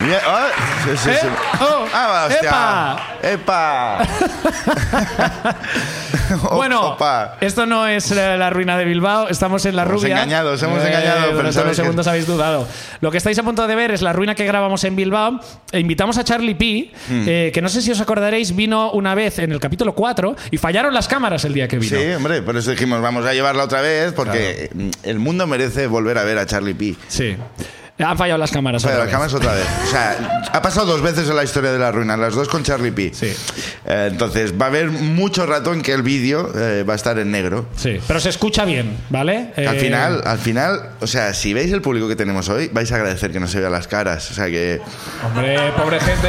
Bien, ah, sí, sí, sí. Eh, oh, Ah, hostia. ¡Epa! O- Bueno, Oh, opa. esto no es la, la ruina de Bilbao, estamos en la Hemos rubia. Eh, engañado, os hemos engañado, pero durante sabéis unos que- segundos habéis dudado. Lo que estáis a punto de ver es la ruina que grabamos en Bilbao. E invitamos a Charlie P, Mm. eh, que no sé si os acordaréis, vino una vez en el capítulo 4 y fallaron las cámaras el día que vino. Sí, hombre, por eso dijimos, vamos a llevarla otra vez, porque mm, el mundo merece volver a ver a Charlie P. Sí. Han fallado las cámaras. Pero otra la vez. cama es otra vez. O sea, ha pasado dos veces en la historia de la ruina, las dos con Charlie P. Sí. Eh, entonces, va a haber mucho rato en que el vídeo eh, va a estar en negro. Sí, pero se escucha bien, ¿vale? Al Eh, final, al final, o sea, si veis el público que tenemos hoy, vais a agradecer que no se vean las caras. O sea que. Eh, Hombre, pobre gente.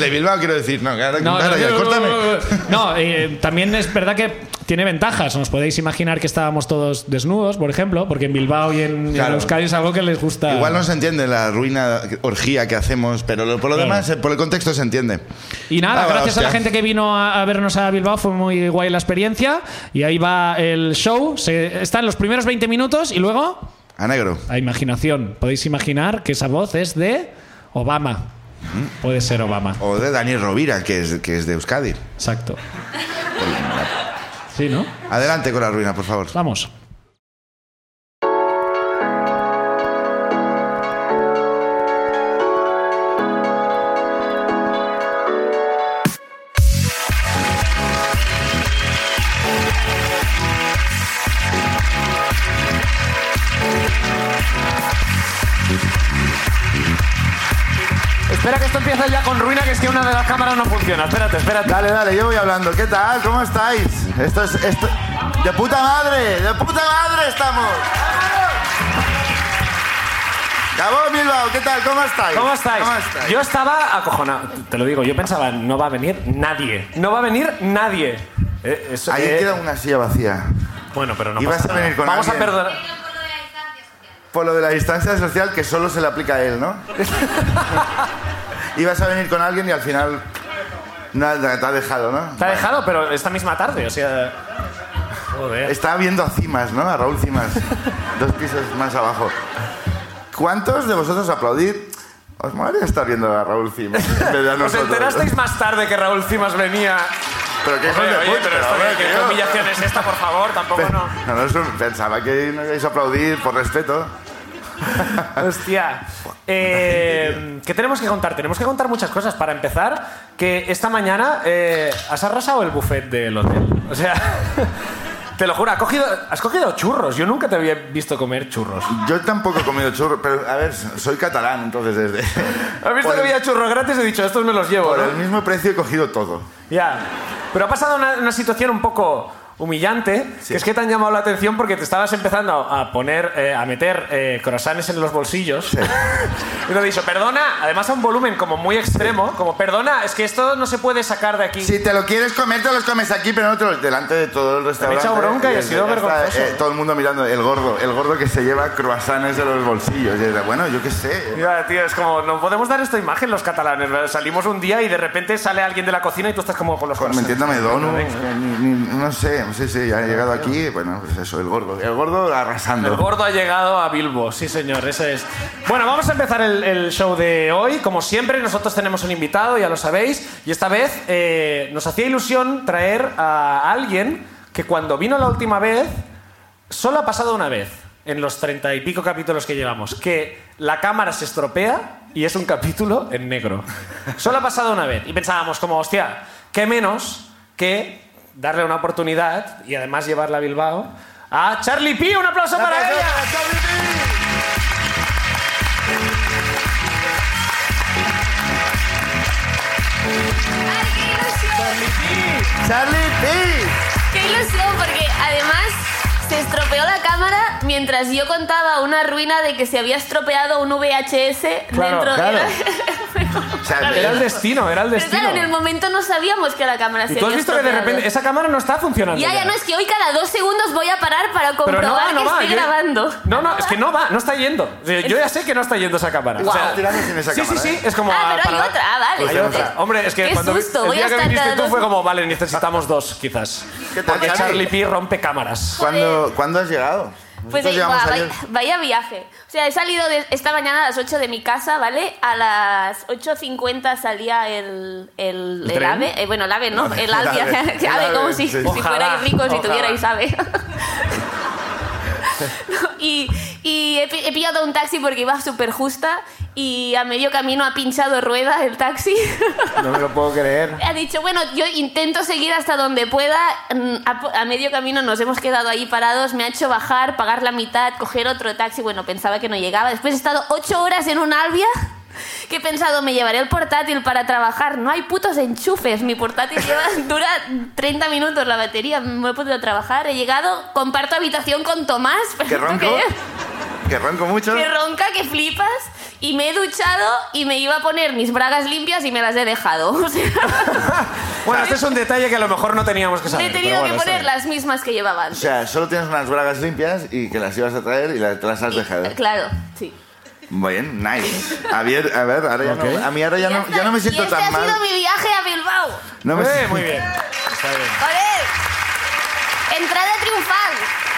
de Bilbao quiero decir, no, claro, claro, ya, no, córtame. no, no, eh, también es verdad que tiene ventajas. Nos podéis imaginar que estábamos todos desnudos, por ejemplo, porque en Bilbao y en, y en Claro. Euskadi es algo que les gusta. Igual no se entiende la ruina orgía que hacemos, pero lo- por lo Claro. demás, eh, por el contexto se entiende. Y nada, Ah, gracias a la hostia. gente que vino a, a vernos a Bilbao, fue muy guay la experiencia. Y ahí va el show. Se, está en los primeros 20 minutos y luego A negro. a imaginación. Podéis imaginar que esa voz es de Obama. Puede ser Obama. O de Dani Rovira, que es, que es de Euskadi. Exacto. Sí, ¿no? Adelante con la ruina, por favor. Vamos. Espera que esto empieza ya con ruina, que es que una de las cámaras no funciona. Espérate, espérate. Dale, dale, yo voy hablando. ¿Qué tal? ¿Cómo estáis? Esto es. Esto... ¡De puta madre! ¡De puta madre estamos! Gabón Bilbao, ¿qué tal? ¿Cómo estáis? ¿Cómo estáis? ¿Cómo estáis? Yo estaba acojonado. Te lo digo, yo pensaba, no va a venir nadie. No va a venir nadie. Eh, eso, Ahí eh, queda una silla vacía. Bueno, pero no Y vas pasa a nada. venir con Vamos alguien. a perdonar. Por lo de la distancia social que solo se le aplica a él, ¿no? Ibas a venir con alguien y al final. Nada, te ha dejado, ¿no? Te ha dejado, pero esta misma tarde, o sea. Joder. Estaba viendo a Cimas, ¿no? A Raúl Cimas, dos pisos más abajo. ¿Cuántos de vosotros aplaudid? Os molaría estar viendo a Raúl Cimas. en vez de a Os nosotros? enterasteis más tarde que Raúl Cimas venía. Pero qué hijos Oye, de oye, puta, pero esto, hombre, ¿qué- ¿qué, tío. humillación es esta, por favor? Tampoco no. No, no, eso- pensaba que no ibais a aplaudir por respeto. Hostia. Eh, ¿Qué tenemos que contar? Tenemos que contar muchas cosas. Para empezar, que esta mañana eh, has arrasado el buffet del hotel. O sea, te lo juro, has cogido, has cogido churros. Yo nunca te había visto comer churros. Yo tampoco he comido churros, pero a ver, soy catalán, entonces desde. Has visto por que el- había churros gratis y he dicho, estos me los llevo. Por ¿no? el mismo precio he cogido todo. Ya. Pero ha pasado una, una situación un poco humillante, que es que te han llamado la atención porque te estabas empezando a poner, eh, a meter eh, croissants en los bolsillos. y te he dicho, perdona, además a un volumen como muy extremo, como, perdona, es que esto no se puede sacar de aquí. Si te lo quieres comer, te los comes aquí, pero no te los delante de todo el he restaurante. echado bronca y ha sido ya está, vergonzoso. eh, todo el mundo mirando, el gordo, el gordo que se lleva croissants de los bolsillos. Y era, bueno, yo qué sé. Ya, tío, es como, no podemos dar esta imagen los catalanes. ¿verdad? Salimos un día y de repente sale alguien de la cocina y tú estás como con los Con- croissants. Metiéndome donuts, eh, ni- ni- no sé, sí, sí, ya he llegado aquí, bueno, pues eso, el gordo. El gordo arrasando. El gordo ha llegado a Bilbo, sí señor, ese es. Bueno, vamos a empezar el, el show de hoy. Como siempre, nosotros tenemos un invitado, ya lo sabéis, y esta vez eh, nos hacía ilusión traer a alguien que cuando vino la última vez, solo ha pasado una vez en los treinta y pico capítulos que llevamos, que la cámara se estropea y es un capítulo en negro. Solo ha pasado una vez. Y pensábamos como, hostia, qué menos que darle una oportunidad y además llevarla a Bilbao a Charlie P. Un aplauso para ella. ¡Ay, qué ilusión! ¡Charlie P! ¡Qué ilusión! Porque además se estropeó la cámara mientras yo contaba una ruina de que se había estropeado un VHS Claro, dentro claro. de la... O sea, Era el destino, era el Pero claro, destino. en el momento no sabíamos que la cámara Y se tú has había visto que de estropeado. repente esa cámara no está funcionando. Ya, ya, no, es que hoy cada dos segundos voy a parar para Pero no va, comprobar no que va. estoy yo- grabando. No, no, es que no va, no está yendo. O sea, Yo ya sé que no está yendo esa cámara. O sea, Wow. Tirando sin esa sí, cámara, sí, ¿eh? sí, es como. Ah, ah, pero hay para- otra. Ah, vale. Hay otra. Hombre, es que Qué cuando vi- susto, el voy a día que estar viniste cada tú dos- fue como, vale, necesitamos dos, quizás. ¿Qué tal, Porque Charlie? Charlie P rompe cámaras. ¿Cuándo, ¿Cuándo has llegado? Pues Nosotros eh, llevamos va- vaya, años- vaya viaje. O sea, he salido de- esta mañana a las 8 de mi casa, ¿vale? A las 8.50 salía el, el, ¿El el tren? ave. eh, bueno, el ave no, el, El ave. ave, El el ave, como ave, si, sí. si Ojalá, fuerais ricos y ojalá. tuvierais ave. y y he, pi- he pillado un taxi porque iba súper justa y a medio camino ha pinchado rueda el taxi. No me lo puedo creer. Ha dicho, bueno, yo intento seguir hasta donde pueda. Mm, A, po- a medio camino nos hemos quedado ahí parados. Me ha hecho bajar, pagar la mitad, coger otro taxi. Bueno, pensaba que no llegaba. Después he estado ocho horas en un albia que he pensado, me llevaré el portátil para trabajar. No hay putos enchufes. Mi portátil lleva, dura 30 minutos la batería. Me he podido trabajar. He llegado, comparto habitación con Tomás. Que ¿Esto ronco. qué es? Que ronco mucho. que ronca, que flipas. Y me he duchado y me iba a poner mis bragas limpias y me las he dejado. O sea, Bueno, este es un detalle que a lo mejor no teníamos que saber. he tenido pero bueno, que está poner bien. las mismas que O llevaba antes. sea, solo tienes unas bragas limpias y que las ibas a traer y la- te las ¿eh? has Y- dejado. Claro, sí. Bien, nice. A ver, a ver ahora ya Ok. no, a mí ahora ya, Y no, esta- ya no me y siento este tan ha mal. sido mi viaje a Bilbao. No me Eh, muy bien. Está bien. ¡Joder! Entrada triunfal.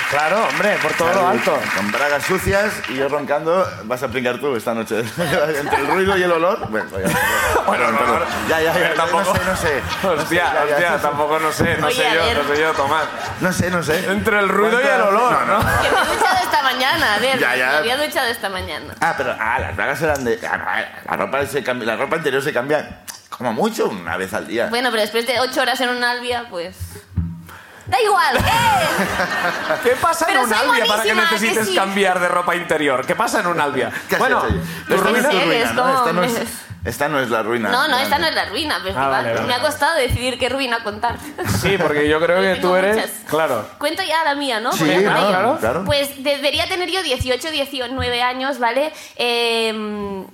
Claro, hombre, por todo lo alto. Con bragas sucias y yo roncando, vas a pringar tú esta noche. Entre el ruido y el olor. Bueno, ya, Bueno, no, no, no. ya, ya, ya, No Tampoco. sé, no sé. Hostia, ya, ya, hostia, sí. tampoco no sé, no Oye, sé a yo, ver. no sé yo, Tomás. No sé, no sé. Entre el ruido y el ¿Cuánto? olor, No, no. ¿no? Que me he duchado esta mañana. A ver, Ya, ya. me había duchado esta mañana. Ah, pero ah, las bragas eran de. ah, la, ropa se cambia- la ropa interior se cambia como mucho una vez al día. Bueno, pero después de ocho horas en un albia, pues... Da igual. ¡Eh! ¿Qué pasa en Pero un soy albia para que buenísima, necesites que sí. cambiar de ropa interior? ¿Qué pasa en un albia? ¿Qué has bueno, hecho yo? pues tu Esta no es ruina- tu Sí, ruina, es ¿no? como- Esta no es, esta no es la ruina. No, no, esta grande. no es la ruina. Pero es que Ah, va, vale, vale. me ha costado decidir qué ruina contar. Sí, porque yo creo Yo que tengo tú eres... muchas. Claro. Cuento ya la mía, ¿no? Sí, Porque ¿no? por ahí- claro. claro. Pues debería tener yo 18, 19 años, ¿vale? Eh,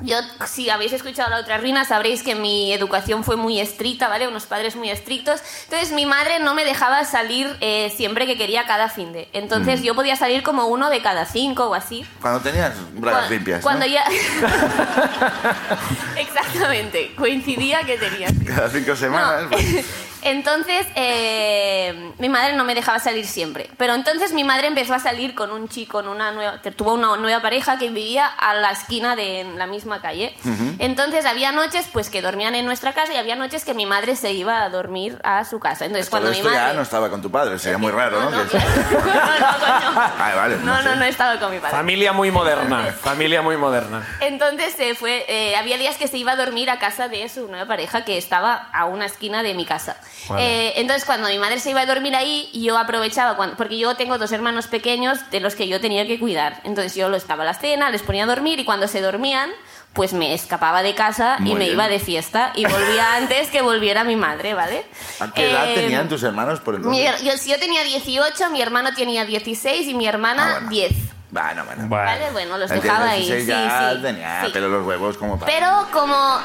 yo, si habéis escuchado la otra ruina, sabréis que mi educación fue muy estricta, ¿vale? Unos padres muy estrictos. Entonces, mi madre no me dejaba salir eh, siempre que quería cada fin de. Entonces, Mm. yo podía salir como uno de cada cinco o así. Cuando tenías bragas Cua- limpias. Cuando ¿no? ya. Exactamente, coincidía que tenías. Cada cinco semanas. No. pues, entonces, eh, mi madre no me dejaba salir siempre. Pero entonces mi madre empezó a salir con un chico, en una nueva, que tuvo una nueva pareja que vivía a la esquina de en la misma calle. Entonces había noches pues que dormían en nuestra casa y había noches que mi madre se iba a dormir a su casa. Entonces todo cuando mi esto madre... ya no estaba con tu padre, sería muy raro, ¿no? No, no, Que- claro. No, no, coño. Ah, vale, No, sé. no, no estaba con mi padre. Familia muy moderna, familia muy moderna. Entonces se fue, eh, había días que se iba a dormir a casa de su nueva pareja que estaba a una esquina de mi casa. Vale. Eh, entonces cuando mi madre se iba a dormir ahí, yo aprovechaba, cuando, porque yo tengo dos hermanos pequeños de los que yo tenía que cuidar. Entonces yo los daba la cena, les ponía a dormir y cuando se dormían, pues me escapaba de casa Muy y me bien. iba de fiesta y volvía antes que volviera mi madre, ¿vale? ¿A qué edad Eh, tenían tus hermanos por mi entonces? her- yo, yo tenía 18, mi hermano tenía 16 y mi hermana Ah, bueno. 10. Bueno, bueno. Vale, bueno, los El dejaba ahí. 16 sí, ya sí, tenía ah, sí. pelo en los huevos como para... Pero como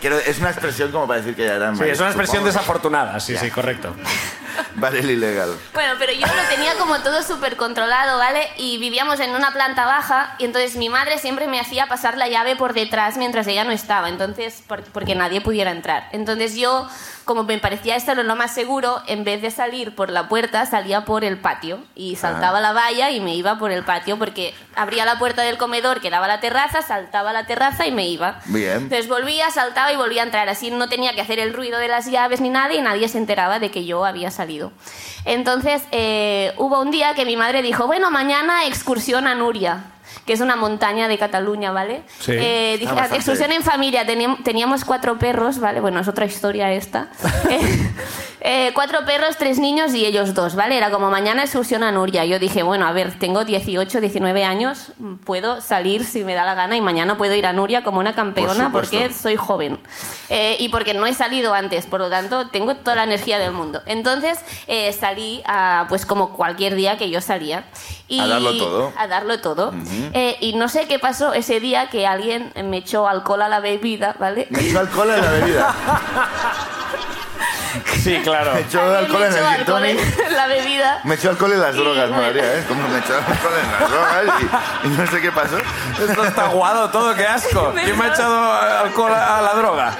Quiero- es una expresión como para decir que ya eran Sí, es una expresión esa desafortunada, sí, sí, correcto. Vale, el ilegal. Bueno, pero yo lo tenía como todo súper controlado, ¿vale? Y vivíamos en una planta baja y entonces mi madre siempre me hacía pasar la llave por detrás mientras ella no estaba, entonces, por- porque nadie pudiera entrar. Entonces yo, como me parecía esto lo más seguro, en vez de salir por la puerta, salía por el patio y saltaba la valla y me iba por el patio porque abría la puerta del comedor que daba a la terraza, saltaba a la terraza y me iba. Bien. Entonces volvía, saltaba y volvía a entrar. Así no tenía que hacer el ruido de las llaves ni nada y nadie se enteraba de que yo había salido. Entonces eh, hubo un día que mi madre dijo, bueno, mañana excursión a Nuria, que es una montaña de Cataluña, ¿vale? Sí. Eh, dije, Ah, bastante. excursión en familia, Teniam- teníamos cuatro perros, ¿vale? Bueno, es otra historia esta. Eh, eh, cuatro perros, tres niños y ellos dos, ¿vale? Era como mañana excursión a Nuria. Yo dije, bueno, a ver, tengo 18, 19 años, mm, puedo salir si me da la gana y mañana puedo ir a Nuria como una campeona Por supuesto. porque soy joven Eh, y porque no he salido antes, por lo tanto tengo toda la energía del mundo. Entonces eh, salí a, pues como cualquier día que yo salía. Y A darlo todo. a darlo todo. Eh, y no sé qué pasó ese día que alguien me echó alcohol a la bebida, ¿vale? Me echó alcohol en la bebida. Sí, claro. Me echó Alguien alcohol me en el echó gin alcohol tonic. en la bebida. Me echó alcohol en las Y, drogas, bueno. molaría, ¿eh? Como me echó alcohol en las drogas y, y no sé qué pasó. Esto está aguado todo, qué asco. Me ¿Quién me ha echó- echado alcohol a a la droga?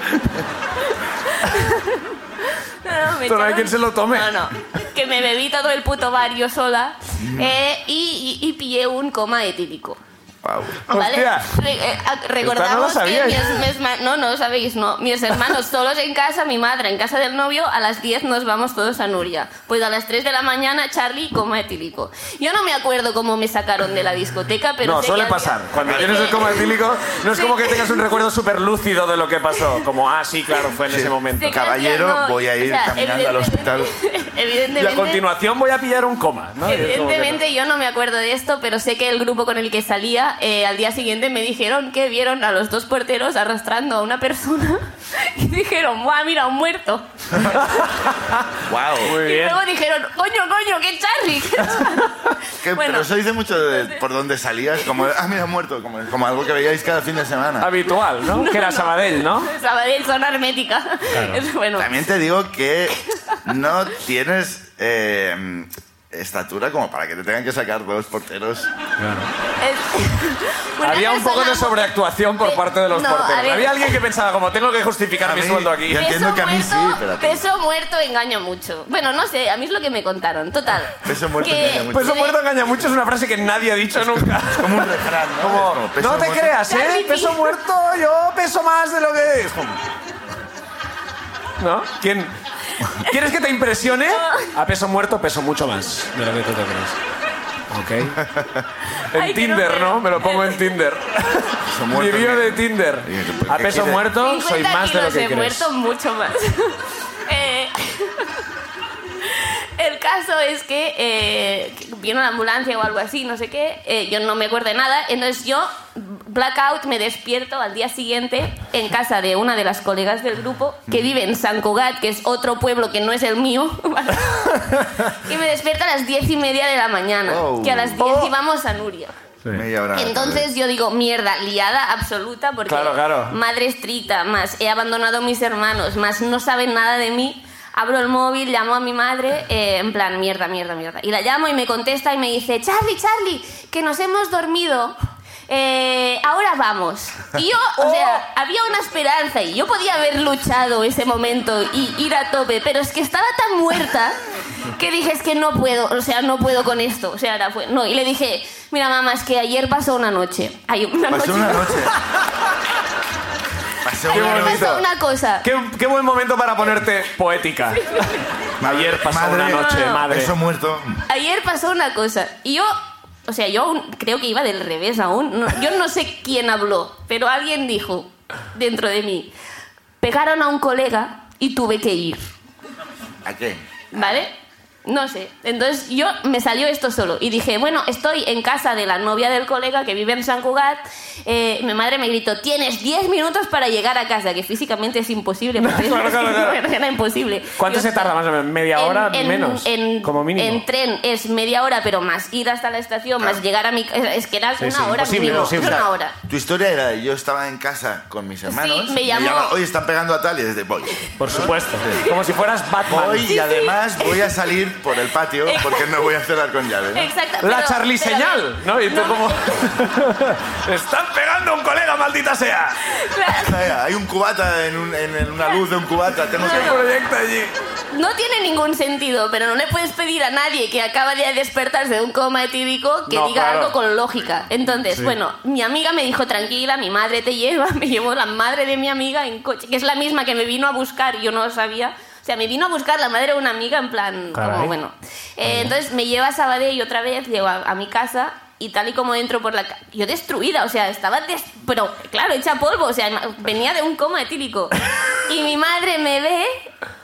No, no, me Pero no hay echaron- quien se lo tome. No, no. que me bebí todo el puto bar yo sola Mm. eh, y, y- y pillé un coma etílico. Guau. ¿Vale? Hostia. Re- eh, a- recordamos Esta no la que mis, sabíais. mis ma- no, no lo sabéis, no. Mis hermanos solos en casa, mi madre en casa del novio, a las 10 nos vamos todos a Nuria. Pues a las 3 de la mañana Charlie coma etílico. Yo no me acuerdo cómo me sacaron de la discoteca, pero no, sé que suele al día- pasar. Cuando tienes el que- coma etílico, no es Sí. como que tengas un recuerdo súper lúcido de lo que pasó. Como, ah, sí, claro, fue en Sí. ese momento. sé que al día Caballero, no- voy a ir o sea, caminando al hospital. evidentemente- Y a Evidentemente, continuación voy a pillar un coma. ¿no? Y es como que- Evidentemente yo no me acuerdo de esto, pero sé que el grupo con el que salía eh, al día siguiente me dijeron que vieron a los dos porteros arrastrando a una persona y dijeron, ¡guau, mira, un muerto! Guau. Muy Y bien. luego dijeron, coño, coño, qué Charlie. qué Charlie". Que- bueno, Pero sois de mucho de por dónde salías, como, ah, mira, muerto, como, como algo que veíais cada fin de Ah, semana. Habitual, ¿no? que era Sabadell, ¿no? Sabadell, zona hermética. Es bueno. También te digo que no tienes eh, estatura como para que te tengan que sacar dos porteros. Es- una Había un poco de persona- sobreactuación por parte de los No, a porteros. ver. Había alguien que pensaba, como, tengo que justificar A mi mí- sueldo aquí. Yo entiendo que a mí sí, pero a ti no. Peso muerto engaña mucho. Bueno, no sé, a mí es lo que me contaron. Total. Peso muerto que- engaña mucho. Peso Pues muerto engaña mucho es una frase que nadie ha dicho nunca. Como un refrán, ¿no? Como, Es como, peso no te muerto". creas, Charlie ¿eh? Pi. Peso muerto, yo peso más de lo que es. Como- ¿No? ¿Quién? ¿Quieres que te impresione? A peso muerto peso mucho más de lo que tú te crees. Ok. En Ay, que no Tinder, puedo. ¿no? Me lo pongo en Tinder. Peso Mi muerto, bio mira. de Tinder. Oye, ¿qué- A qué peso quiere? muerto 50 soy más de lo kilos que he crees. muerto mucho más. Eh, el caso es que eh, vino la ambulancia o algo así, no sé qué. eh, yo no me acuerdo de nada. Entonces yo, blackout, me despierto al día siguiente en casa de una de las colegas del grupo que vive en San Cugat, que es otro pueblo que no es el mío. ¿vale? y me despierto a las diez y media de la mañana. Oh. Que a las diez íbamos a Nuria. Media hora. Entonces yo digo, mierda, liada absoluta porque eh. Claro, claro. madre estricta, más he abandonado a mis hermanos, más no saben nada de mí. Abro el móvil, llamo a mi madre, eh, en plan, mierda, mierda, mierda. Y la llamo y me contesta y me dice, Charlie, Charlie, que nos hemos dormido. Eh, ahora vamos. Y yo, Oh. o sea, había una esperanza y yo podía haber luchado ese momento y ir a tope, pero es que estaba tan muerta que dije, es que no puedo, o sea, no puedo con esto. O sea, era fue- no. Y le dije, mira, mamá, es que ayer pasó una noche. Ay, una Pasó noche. una noche. Pasó Qué una Ayer noche. bonito. pasó una cosa. Qué, qué buen momento para ponerte poética. Ayer pasó una noche, No, no. madre. Peso muerto. Ayer pasó una cosa. Y yo, o sea, yo aún creo que iba del revés aún. No- yo no sé quién habló, pero alguien dijo dentro de mí, pegaron a un colega y tuve que ir. ¿A qué? ¿Vale? No sé. Entonces yo me salió esto solo y dije, bueno, estoy en casa de la novia del colega que vive en San Cugat. Eh, mi madre me gritó, tienes 10 minutos para llegar a casa, que físicamente es imposible. porque claro, claro, claro. Era imposible. ¿Cuánto Yo- se tarda más o menos? ¿Media hora? en- en- menos. en- como mínimo. En tren es media hora, pero más ir hasta la estación, más llegar a mi casa. Es que era una sí, hora imposible, mínimo. imposible. Era una hora. Tu historia era de yo estaba en casa con mis hermanos. me llamó- llama, Oye, están pegando a tal y desde voy. Por supuesto. Como si fueras Batman. Voy y además voy a salir por el patio porque no voy a cerrar con llave. ¿no? Exacto. La pero- Charlie pero- señal, ¿no? Y tú No, como... ¡Están pegando a un colega, maldita sea! claro, Vaya, Hay un cubata en, un- en- en una luz de un cubata. Tengo ¿Qué que... proyecta allí? no tiene ningún sentido, pero no le puedes pedir a nadie que acaba de despertarse de un coma etílico que No, diga claro. algo con lógica. Entonces, bueno, mi amiga me dijo, tranquila, mi madre te lleva, me llevó la madre de mi amiga en coche, que es la misma que me vino a buscar, yo no lo sabía. O sea, me vino a buscar la madre de una amiga en plan, Caray. como bueno. Eh, entonces me lleva a Sabadell otra vez, llego a, a mi casa y tal y como entro por la ca- yo destruida, o sea, estaba des- pero claro, hecha polvo, o sea, ima- venía de un coma etílico. Y mi madre me ve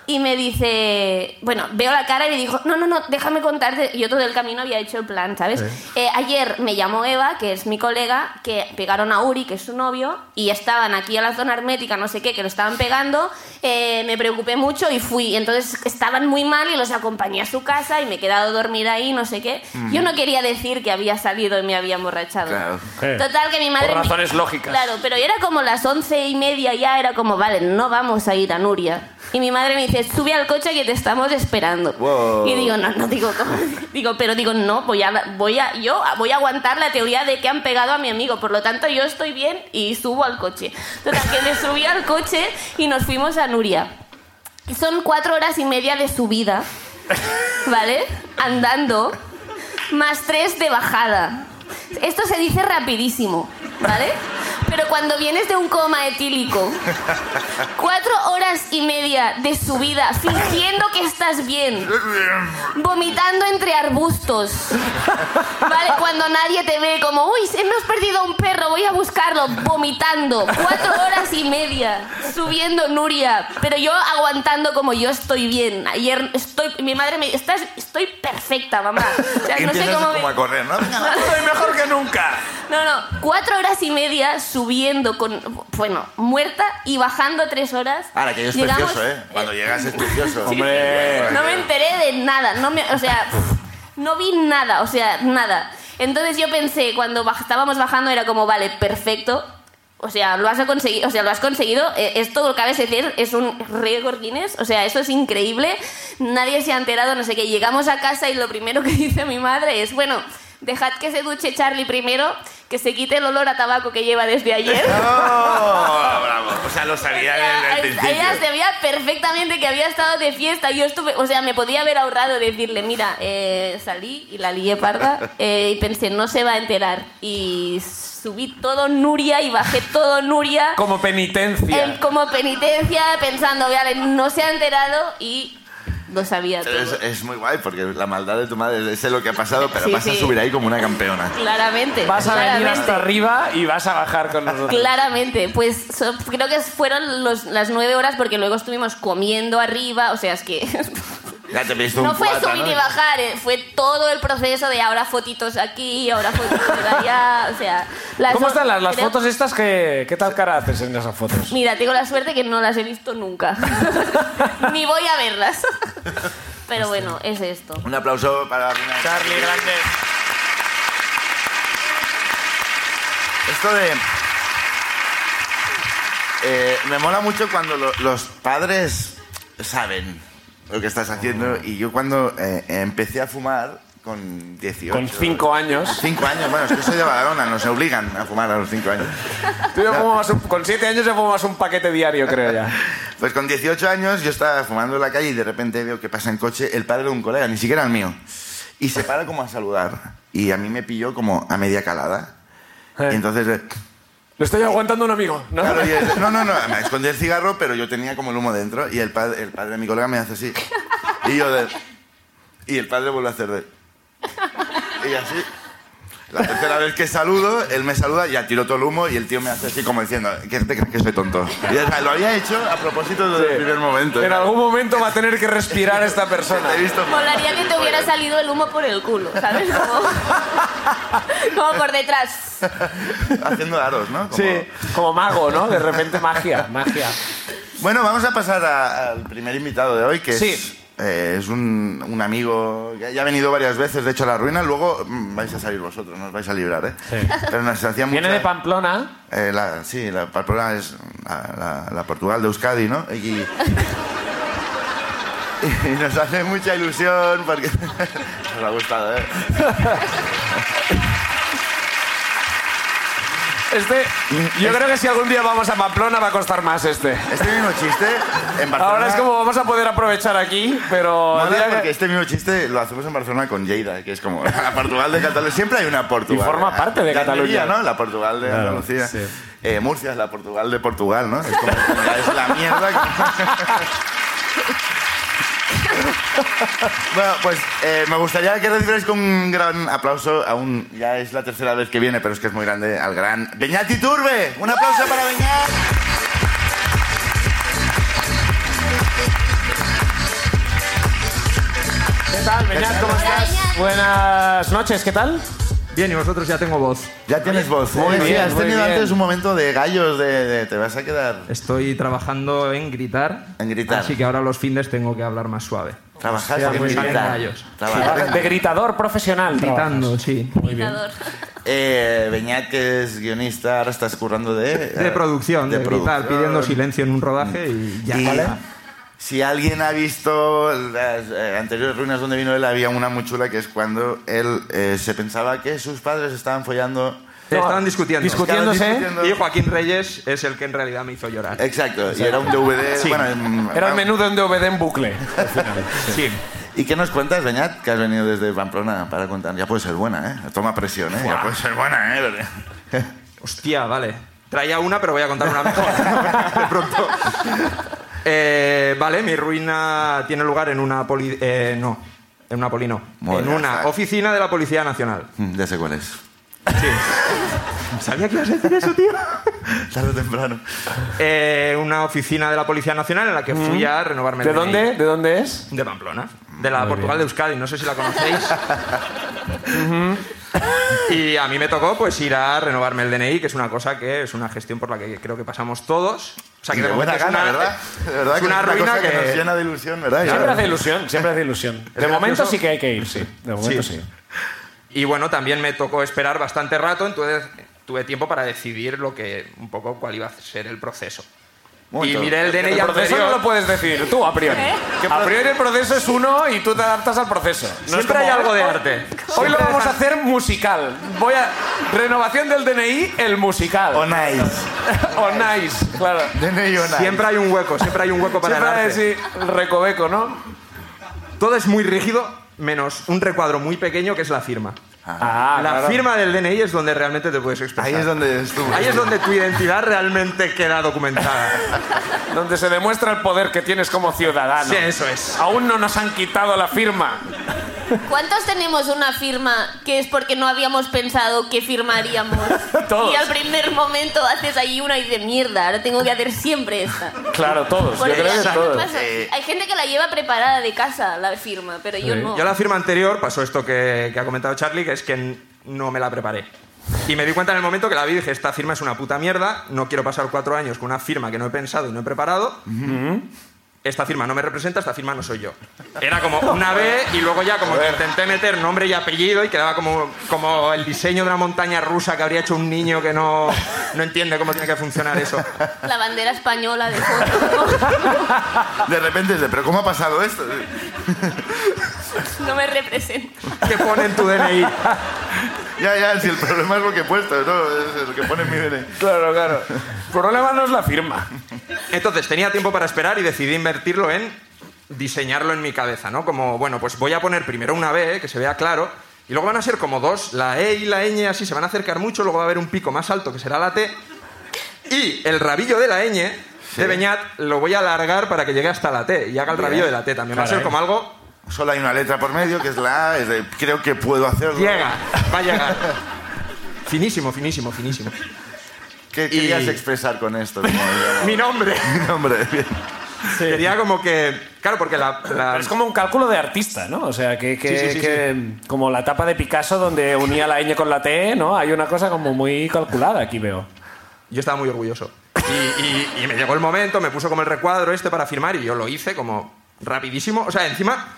y me dice, bueno, veo la cara y me dijo, "No, no, no, déjame contarte." Y Yo todo el camino había hecho el plan, ¿sabes? Eh, ayer me llamó Eva, que es mi colega, que pegaron a Uri, que es su novio, y estaban aquí a la zona hermética, no sé qué, que lo estaban pegando. Eh, me preocupé mucho y fui. Entonces estaban muy mal y los acompañé a su casa y me he quedado dormida ahí, no sé qué. Yo no quería decir que había salido y me había emborrachado. Claro. Total, que mi madre... Por me- razones lógicas. Claro, pero era como las once y media ya, era como, vale, no vamos a ir a Nuria. Y mi madre me dice, sube al coche que te estamos esperando. Wow. Y digo, no, no, digo, ¿cómo? digo, pero digo, no, voy a, voy a, yo voy a aguantar la teoría de que han pegado a mi amigo, por lo tanto yo estoy bien y subo al coche. Total, que le subí al coche y nos fuimos a Nuria. Son cuatro horas y media de subida. ¿vale? Andando, más tres de bajada. Esto se dice rapidísimo, ¿vale? Pero cuando vienes de un coma etílico, cuatro horas y media de subida fingiendo que estás bien, vomitando entre arbustos, ¿vale? Cuando nadie te ve, como, uy, hemos perdido un perro, voy a buscarlo, vomitando, cuatro horas y media, subiendo Nuria, pero yo aguantando como yo estoy bien. Ayer estoy, mi madre me estás, estoy perfecta, mamá. O sea, Y no sé empiezas cómo. como me- a correr, ¿no? Estoy mejor que nunca. no, no, cuatro horas y media subiendo con, bueno, muerta y bajando tres horas. Ahora, que es Llegamos- precioso, ¿eh? Cuando eh, llegas es precioso. Hombre. No me enteré de nada, no me, o sea, pff, no vi nada, o sea, nada. Entonces yo pensé, cuando baj- estábamos bajando era como, vale, perfecto. O sea, lo has conseguido, o sea, lo has conseguido. eh, Esto lo cabe decir, es un récord Guinness. O sea, eso es increíble. Nadie se ha enterado, no sé qué. Llegamos a casa y lo primero que dice mi madre es, bueno, dejad que se duche Charlie primero, que se quite el olor a tabaco que lleva desde ayer. ¡Oh! Bravo. O sea, lo sabía desde el Ella- Ella principio. sabía perfectamente que había estado de fiesta. Yo estuve, o sea, me podía haber ahorrado decirle, mira, eh, salí y la lié parda eh, y pensé, no se va a enterar. Y subí todo Nuria y bajé todo Nuria Como em, penitencia. como penitencia, pensando, vale, no se ha enterado y lo sabía todo. Es, es muy guay porque la maldad de tu madre es lo que ha pasado, pero Sí, vas a sí. subir ahí como una campeona. Claramente. Vas a venir claramente. hasta arriba y vas a bajar con nosotros. Claramente, pues so- creo que fueron los- las nueve horas porque luego estuvimos comiendo arriba, o sea, es que Ya te he visto No un fue cuatro, subir ¿no? y bajar, eh, fue todo el proceso de ahora fotitos aquí, ahora fotitos allá, o sea... las ¿Cómo o- están las, las creo- fotos estas? Que, ¿Qué tal cara haces en esas fotos? Mira, tengo la suerte que no las he visto nunca. Ni voy a verlas. Pero bueno, es esto. Un aplauso para Rina. Charlie, grande. Esto de... Eh, me mola mucho cuando lo- los padres saben lo que estás haciendo Ah. y yo cuando eh, empecé a fumar con 18... Con cinco años. Cinco años, bueno, es que soy de Badalona, nos obligan a fumar a los cinco años. Tú ya fumabas un- con siete años ya fumabas un paquete diario, creo ya. Pues con 18 años yo estaba fumando en la calle y de repente veo que pasa en coche el padre de un colega, ni siquiera el mío. Y se para como a saludar. Y a mí me pilló como a media calada. Y entonces... eh, Lo estoy aguantando a un amigo. ¿no? claro, y es- no, no, no, me escondí el cigarro, pero yo tenía como el humo dentro. Y el, padre el padre de mi colega me hace así. Y yo de... Y el padre vuelve a hacer de... Y así... La tercera vez que saludo, él me saluda, ya tiro todo el humo y el tío me hace así como diciendo, ¿qué te crees que soy tonto? Y o sea, lo había hecho a propósito desde el primer momento. En algún momento va a tener que respirar esta persona. Te he visto fumar. Molaría que te hubiera salido el humo por el culo, ¿sabes? Como, como por detrás. haciendo aros, ¿no? Como- Sí, como mago, ¿no? De repente magia, magia. Bueno, vamos a pasar a- al primer invitado de hoy, que es, Sí. eh, es un, un amigo que ya ha venido varias veces, de hecho, a la ruina. Luego mm, vais a salir vosotros, nos vais a librar, ¿eh? Pero nos hacía mucha... Viene de Pamplona. Eh, la- sí, la Pamplona es la, la- la Portugal de Euskadi, ¿no? Y, y nos hace mucha ilusión porque... nos ha gustado, ¿eh? Este, yo creo que si algún día vamos a Pamplona va a costar más este. Este mismo chiste en Barcelona... Ahora es como vamos a poder aprovechar aquí, pero... el Mola día que- porque este mismo chiste lo hacemos en Barcelona con Lleida, que es como la Portugal de Cataluña. Siempre hay una Portugal. ¿eh? Y forma parte de La Almería, Cataluña. ¿no? La Portugal de Andalucía. sí. Eh, Murcia es la Portugal de Portugal, ¿no? Es como es la mierda. que- bueno, pues eh, me gustaría que recibierais con un gran aplauso a un... Ya es la tercera vez que viene, pero es que es muy grande, al gran... ¡Beñati Turbe! ¡Un aplauso para Beñat! ¿Qué tal, Beñat? ¿Cómo estás? Buenas noches, ¿qué tal? Bien, y vosotros ya tengo voz. Ya tienes voz. muy ¿eh? Sí, bien, has muy tenido bien. antes un momento de gallos, de- de te vas a quedar... Estoy trabajando en gritar. En gritar. Así que ahora los fines tengo que hablar más suave. Trabajar Hostia, en muy bien, gritar. rayos. Trabajar en- De gritador profesional. Gritando, sí. Dictador. Eh, Beñat, que es guionista, ahora estás currando de... De producción, de, gritar, producción. pidiendo silencio en un rodaje y ya. Y está. Si alguien ha visto las eh, anteriores ruinas donde vino él, había una muy chula que es cuando él eh, se pensaba que sus padres estaban follando... Se No, Estaban discutiendo. discutiendo. Discutiéndose. Discutiendo. Y Joaquín Reyes es el que en realidad me hizo llorar. Exacto, y era un DVD... Bueno, mm, Era el menú de un DVD en bucle. Sí. ¿Y qué nos cuentas, Beñat, que has venido desde Pamplona para contar? Ya puede ser buena, ¿eh? Toma presión, ¿eh? Ya puede ser buena, ¿eh? Hostia, vale. Traía una, pero voy a contar una mejor. De pronto. Eh, vale, mi ruina tiene lugar en una poli... eh, no, en una poli no. Muy en bien, una vale. oficina de la Policía Nacional. Mm, Ya sé cuál es. ¿Sabía que ibas a decir eso, tío? Tarde o temprano. Eh, una oficina de la Policía Nacional en la que fui a renovarme el ¿De DNI. dónde? ¿De dónde es? De Pamplona. De la Portugal de Euskadi, no sé si la conocéis. y a mí me tocó pues ir a renovarme el DNI, que es una cosa que es una gestión por la que creo que pasamos todos. O sea, que Y de momento buena es gana, una- ¿verdad? De verdad es que una es una ruina cosa que... que- nos llena de ilusión, ¿verdad? Siempre Ya- hace ilusión, siempre hace ilusión. De gracioso. momento sí que hay que ir, sí. De momento sí. Sí. Y bueno, también me tocó esperar bastante rato, entonces tuve tiempo para decidir lo que un poco cuál iba a ser el proceso. Mucho. Y miré el DNI El proceso no anterior. lo puedes decidir tú, a priori. A priori el proceso es uno y tú te adaptas al proceso. No es Siempre hay como, algo de arte. Hoy lo Siempre vamos a dejan- hacer musical. Voy a... Renovación del DNI, el musical. O nice. O nice, claro. DNI o nice. Siempre hay un hueco, siempre hay un hueco para el Siempre arte. decir recoveco, ¿no? Todo es muy rígido, menos un recuadro muy pequeño que es la firma. Ah, la claro. firma del DNI es donde realmente te puedes expresar. Ahí es donde estuvo. Ahí es donde tu identidad realmente queda documentada. Donde se demuestra el poder que tienes como ciudadano. Sí, eso es. Aún no nos han quitado la firma. ¿Cuántos tenemos una firma que es porque no habíamos pensado que firmaríamos? Todos. Y al primer momento haces ahí una y de mierda, ahora tengo que hacer siempre esta. Claro, todos. Yo Porque creo que ya no todos. pasa. Hay gente que la lleva preparada de casa, la firma, pero yo no. Yo la firma anterior pasó esto que, que ha comentado Charlie, que es que n- no me la preparé. Y me di cuenta en el momento que la vi y dije, esta firma es una puta mierda, no quiero pasar cuatro años con una firma que no he pensado y no he preparado. Esta firma no me representa, esta firma no soy yo. Era como una B y luego ya como que intenté meter nombre y apellido y quedaba como, como el diseño de una montaña rusa que habría hecho un niño que no, no entiende cómo tiene que funcionar eso. La bandera española de fondo. De repente es de, ¿pero cómo ha pasado esto? No me representa. ¿Qué pone en tu DNI? Ya, ya, si el problema es lo que he puesto, no, es lo que pone en mi DNI. Claro, claro. El problema no es la firma. Entonces tenía tiempo para esperar y decidí invertirlo en diseñarlo en mi cabeza, ¿no? Como, bueno, pues voy a poner primero una B, que se vea claro, y luego van a ser como dos, la E y la ñ, así se van a acercar mucho, luego va a haber un pico más alto que será la T, y el rabillo de la ñ de Beñat lo voy a alargar para que llegue hasta la T y haga el Bien. rabillo de la T también. Va a ser Caray. como algo Solo hay una letra por medio, que es la A, es de, creo que puedo hacerlo. llega, va a llegar. finísimo, finísimo, finísimo. ¿Qué Y- querías expresar con esto? Como, ya- Mi nombre. Mi nombre, bien. Quería como que, claro, porque la, la- Pero es como un cálculo de artista, ¿no? O sea, que, que, Sí, sí, sí, que, como la tapa de Picasso donde unía la ñ con la T, ¿no? Hay una cosa como muy calculada aquí, veo. Yo estaba muy orgulloso. Y, y- y me llegó el momento, me puso como el recuadro este para firmar y yo lo hice como rapidísimo. O sea, encima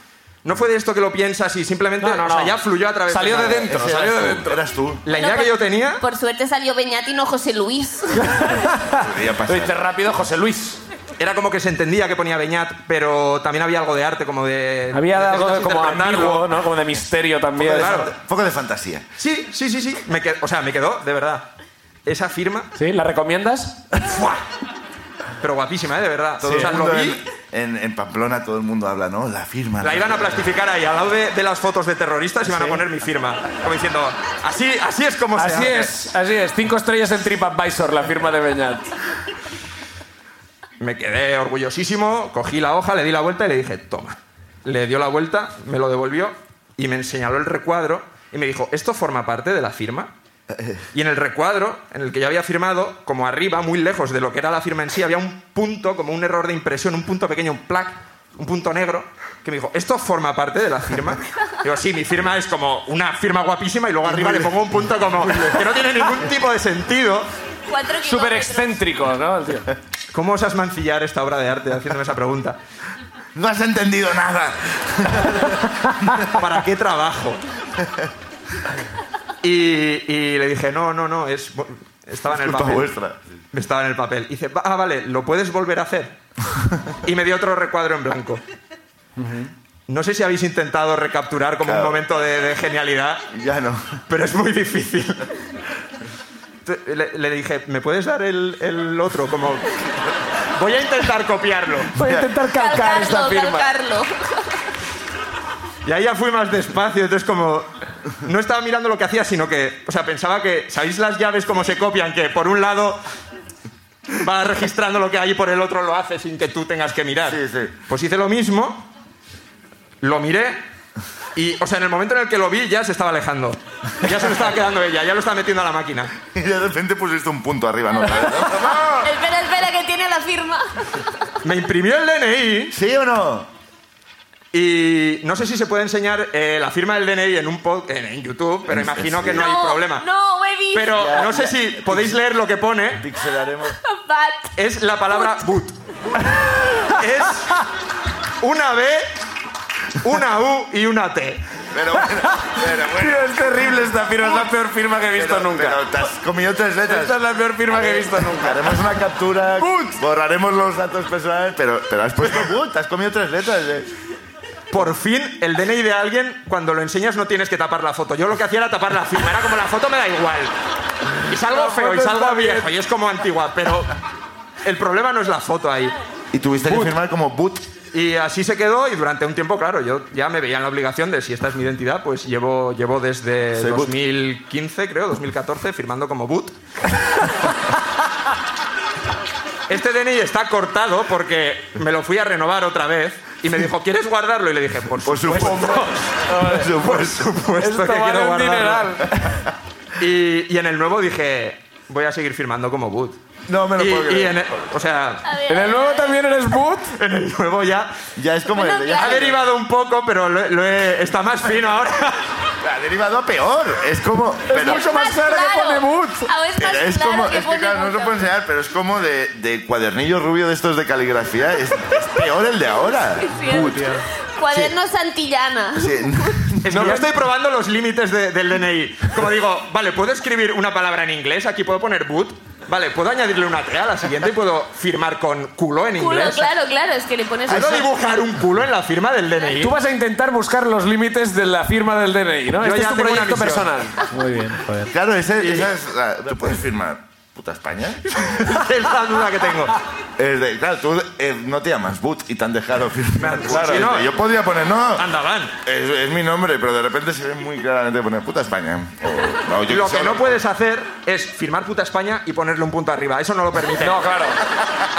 no fue de esto que lo piensas y simplemente No, no, o sea, no. ya fluyó a través Salió de de dentro, Ese salió eras de tú, dentro. Eras tú. La No, idea que por- yo tenía, Por suerte salió Beñat y no José Luis. Podía pasar. Dice rápido José Luis. era como que se entendía que ponía Beñat, pero también había algo de arte, como de... Había algo de necesitas como interpretarlo. ambiguo, ¿no? Como de misterio también. Un poco de Claro. fan- Un poco de fantasía. Sí, sí, sí, sí. Me qued- o sea, me quedó, de verdad. Esa firma, ¿Sí? ¿La recomiendas? ¡fua! pero guapísima, ¿eh? de verdad. Todo o sea, el lo mundo vi, en, en- en Pamplona todo el mundo habla, ¿no? La firma. La iban a plastificar ahí, al lado de, de las fotos de terroristas, iban a poner mi firma. Como diciendo, así, así es como se Así hace". es, así es. Cinco estrellas en TripAdvisor, la firma de Beñat. Me quedé orgullosísimo, cogí la hoja, le di la vuelta y le dije, toma. Le dio la vuelta, me lo devolvió y me señaló el recuadro y me dijo, ¿esto forma parte de la firma? Y en el recuadro, en el que yo había firmado, como arriba, muy lejos de lo que era la firma en sí, había un punto, como un error de impresión, un punto pequeño, un plac, un punto negro, que me dijo, ¿esto forma parte de la firma? Digo, sí, mi firma es como una firma guapísima y luego arriba le pongo un punto como que no tiene ningún tipo de sentido. Cuatro Súper kilómetros. excéntrico, ¿no? El tío. ¿Cómo osas mancillar esta obra de arte haciéndome esa pregunta? No has entendido nada. ¿Para qué trabajo? Y, y le dije, no, no, no, es, estaba en el Culpa papel. vuestra. Estaba en el papel. Y dice, "Va- ah, vale, ¿lo puedes volver a hacer? Y me dio otro recuadro en blanco. No sé si habéis intentado recapturar como Claro. un momento de, de genialidad, Ya no. pero es muy difícil. Te- Le, le dije, ¿me puedes dar el, el otro? Como, voy a intentar copiarlo. Pues Voy a intentar calcar esta Calcarlo, firma. calcarlo. Y ahí ya fui más despacio, entonces como... No estaba mirando lo que hacía, sino que... O sea, pensaba que... ¿Sabéis las llaves cómo se copian? Que por un lado va registrando lo que hay y por el otro lo hace sin que tú tengas que mirar. Sí, sí. Pues hice lo mismo, lo miré y, o sea, en el momento en el que lo vi ya se estaba alejando. Ya se me estaba quedando ella, ya lo estaba metiendo a la máquina. Y de repente pusiste un punto arriba, ¿no? ¿No? Espera, espera, que tiene la firma. Me imprimió el DNI ¿Sí o no? y no sé si se puede enseñar eh, la firma del DNI en un pod- en, en YouTube, pero imagino que no hay problema. No, Webby. Pero no sé si podéis leer lo que pone. Pixelaremos. Bat. es la palabra boot. es una B, una U y una T. Pero bueno, pero bueno. es terrible esta firma, es la peor firma que he visto Pero- nunca. Pero te has comido tres letras. Eh, esta es la peor firma que he visto nunca. Haremos una captura, But. borraremos los datos personales, pero, pero has puesto but, has comido tres letras. eh. Por fin, el DNI de alguien, cuando lo enseñas, no tienes que tapar la foto. Yo lo que hacía era tapar la firma. Era como la foto me da igual. Y salgo feo, y salgo viejo, y es como antigua, pero el problema no es la foto ahí. Y tuviste que firmar como but. Y así se quedó, y durante un tiempo, claro, yo ya me veía en la obligación de si esta es mi identidad, pues llevo, llevo desde Soy boot. 2015, creo, 2014, firmando como boot. Este DNI está cortado porque me lo fui a renovar otra vez y me dijo, ¿quieres guardarlo? Y le dije, por Por supuesto, supuesto. Por supuesto. que Esto quiero vale un guardarlo". dineral. Y, y en el nuevo dije, voy a seguir firmando como boot. No me lo Y- puedo y creer. en el- o sea, A ver, ¿En el nuevo también eres boot? en el nuevo ya Ya es como Bueno, el de- ha ya- claro. derivado un poco, pero lo he- lo he- está más fino ahora. ha derivado a peor. Es como. Pero, mucho más claro que pone boot. Ahora es más pero es claro como. que Es que pone claro, no se boot. puede enseñar, pero es como de, de cuadernillo rubio de estos de caligrafía. Es, es peor el de ahora. Sí, But. Cuaderno Santillana. Sí. Es que yo estoy probando los límites de- del DNI. Como digo, vale, puedo escribir una palabra en inglés, aquí puedo poner boot. Vale, puedo añadirle una T a la siguiente y puedo firmar con culo en Culo, inglés. claro, claro, es que le pones Puedo dibujar un culo en la firma del DNI. Tú vas a intentar buscar los límites de la firma del DNI, ¿no? Yo este ya es tu tengo una proyecto misión. personal. Muy bien, joder. Claro, ese- esa es la- Tú puedes firmar. Puta España. es la duda que tengo. Es de, claro, tú eh, no te llamas But y te han dejado firmar. Claro, Claro, si no- Yo podría poner, no, Anda, van. es, es mi nombre, pero de repente se ve muy claramente poner puta España. O, no, yo Lo sé, que no puedes hacer es firmar puta España y ponerle un punto arriba. Eso no lo permite. No, claro.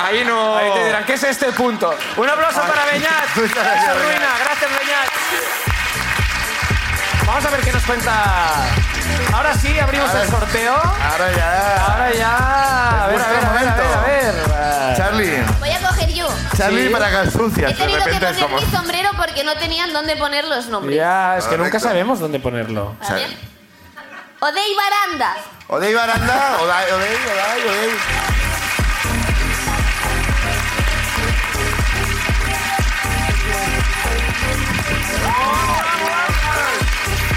Ahí no. Ahí te dirán, ¿qué es este punto? Un aplauso para Beñat. Muchas gracias, Eso Beñat. ruina. Gracias, Beñat. Vamos a ver qué nos cuenta. Ahora sí, abrimos Ahora el sí. sorteo. Ahora ya. Ahora ya. A ver, a ver, a ver, a ver, a ver. Charlie, Voy a coger yo. Charlie Sí. para gas He sucias. De tenido que repente es poner como. mi sombrero porque no tenían dónde poner los nombres. Ya, es que nunca Correcto. sabemos dónde ponerlo. A ver. Odey Baranda. Odey Baranda, Odey, Odey, Odey, Odey.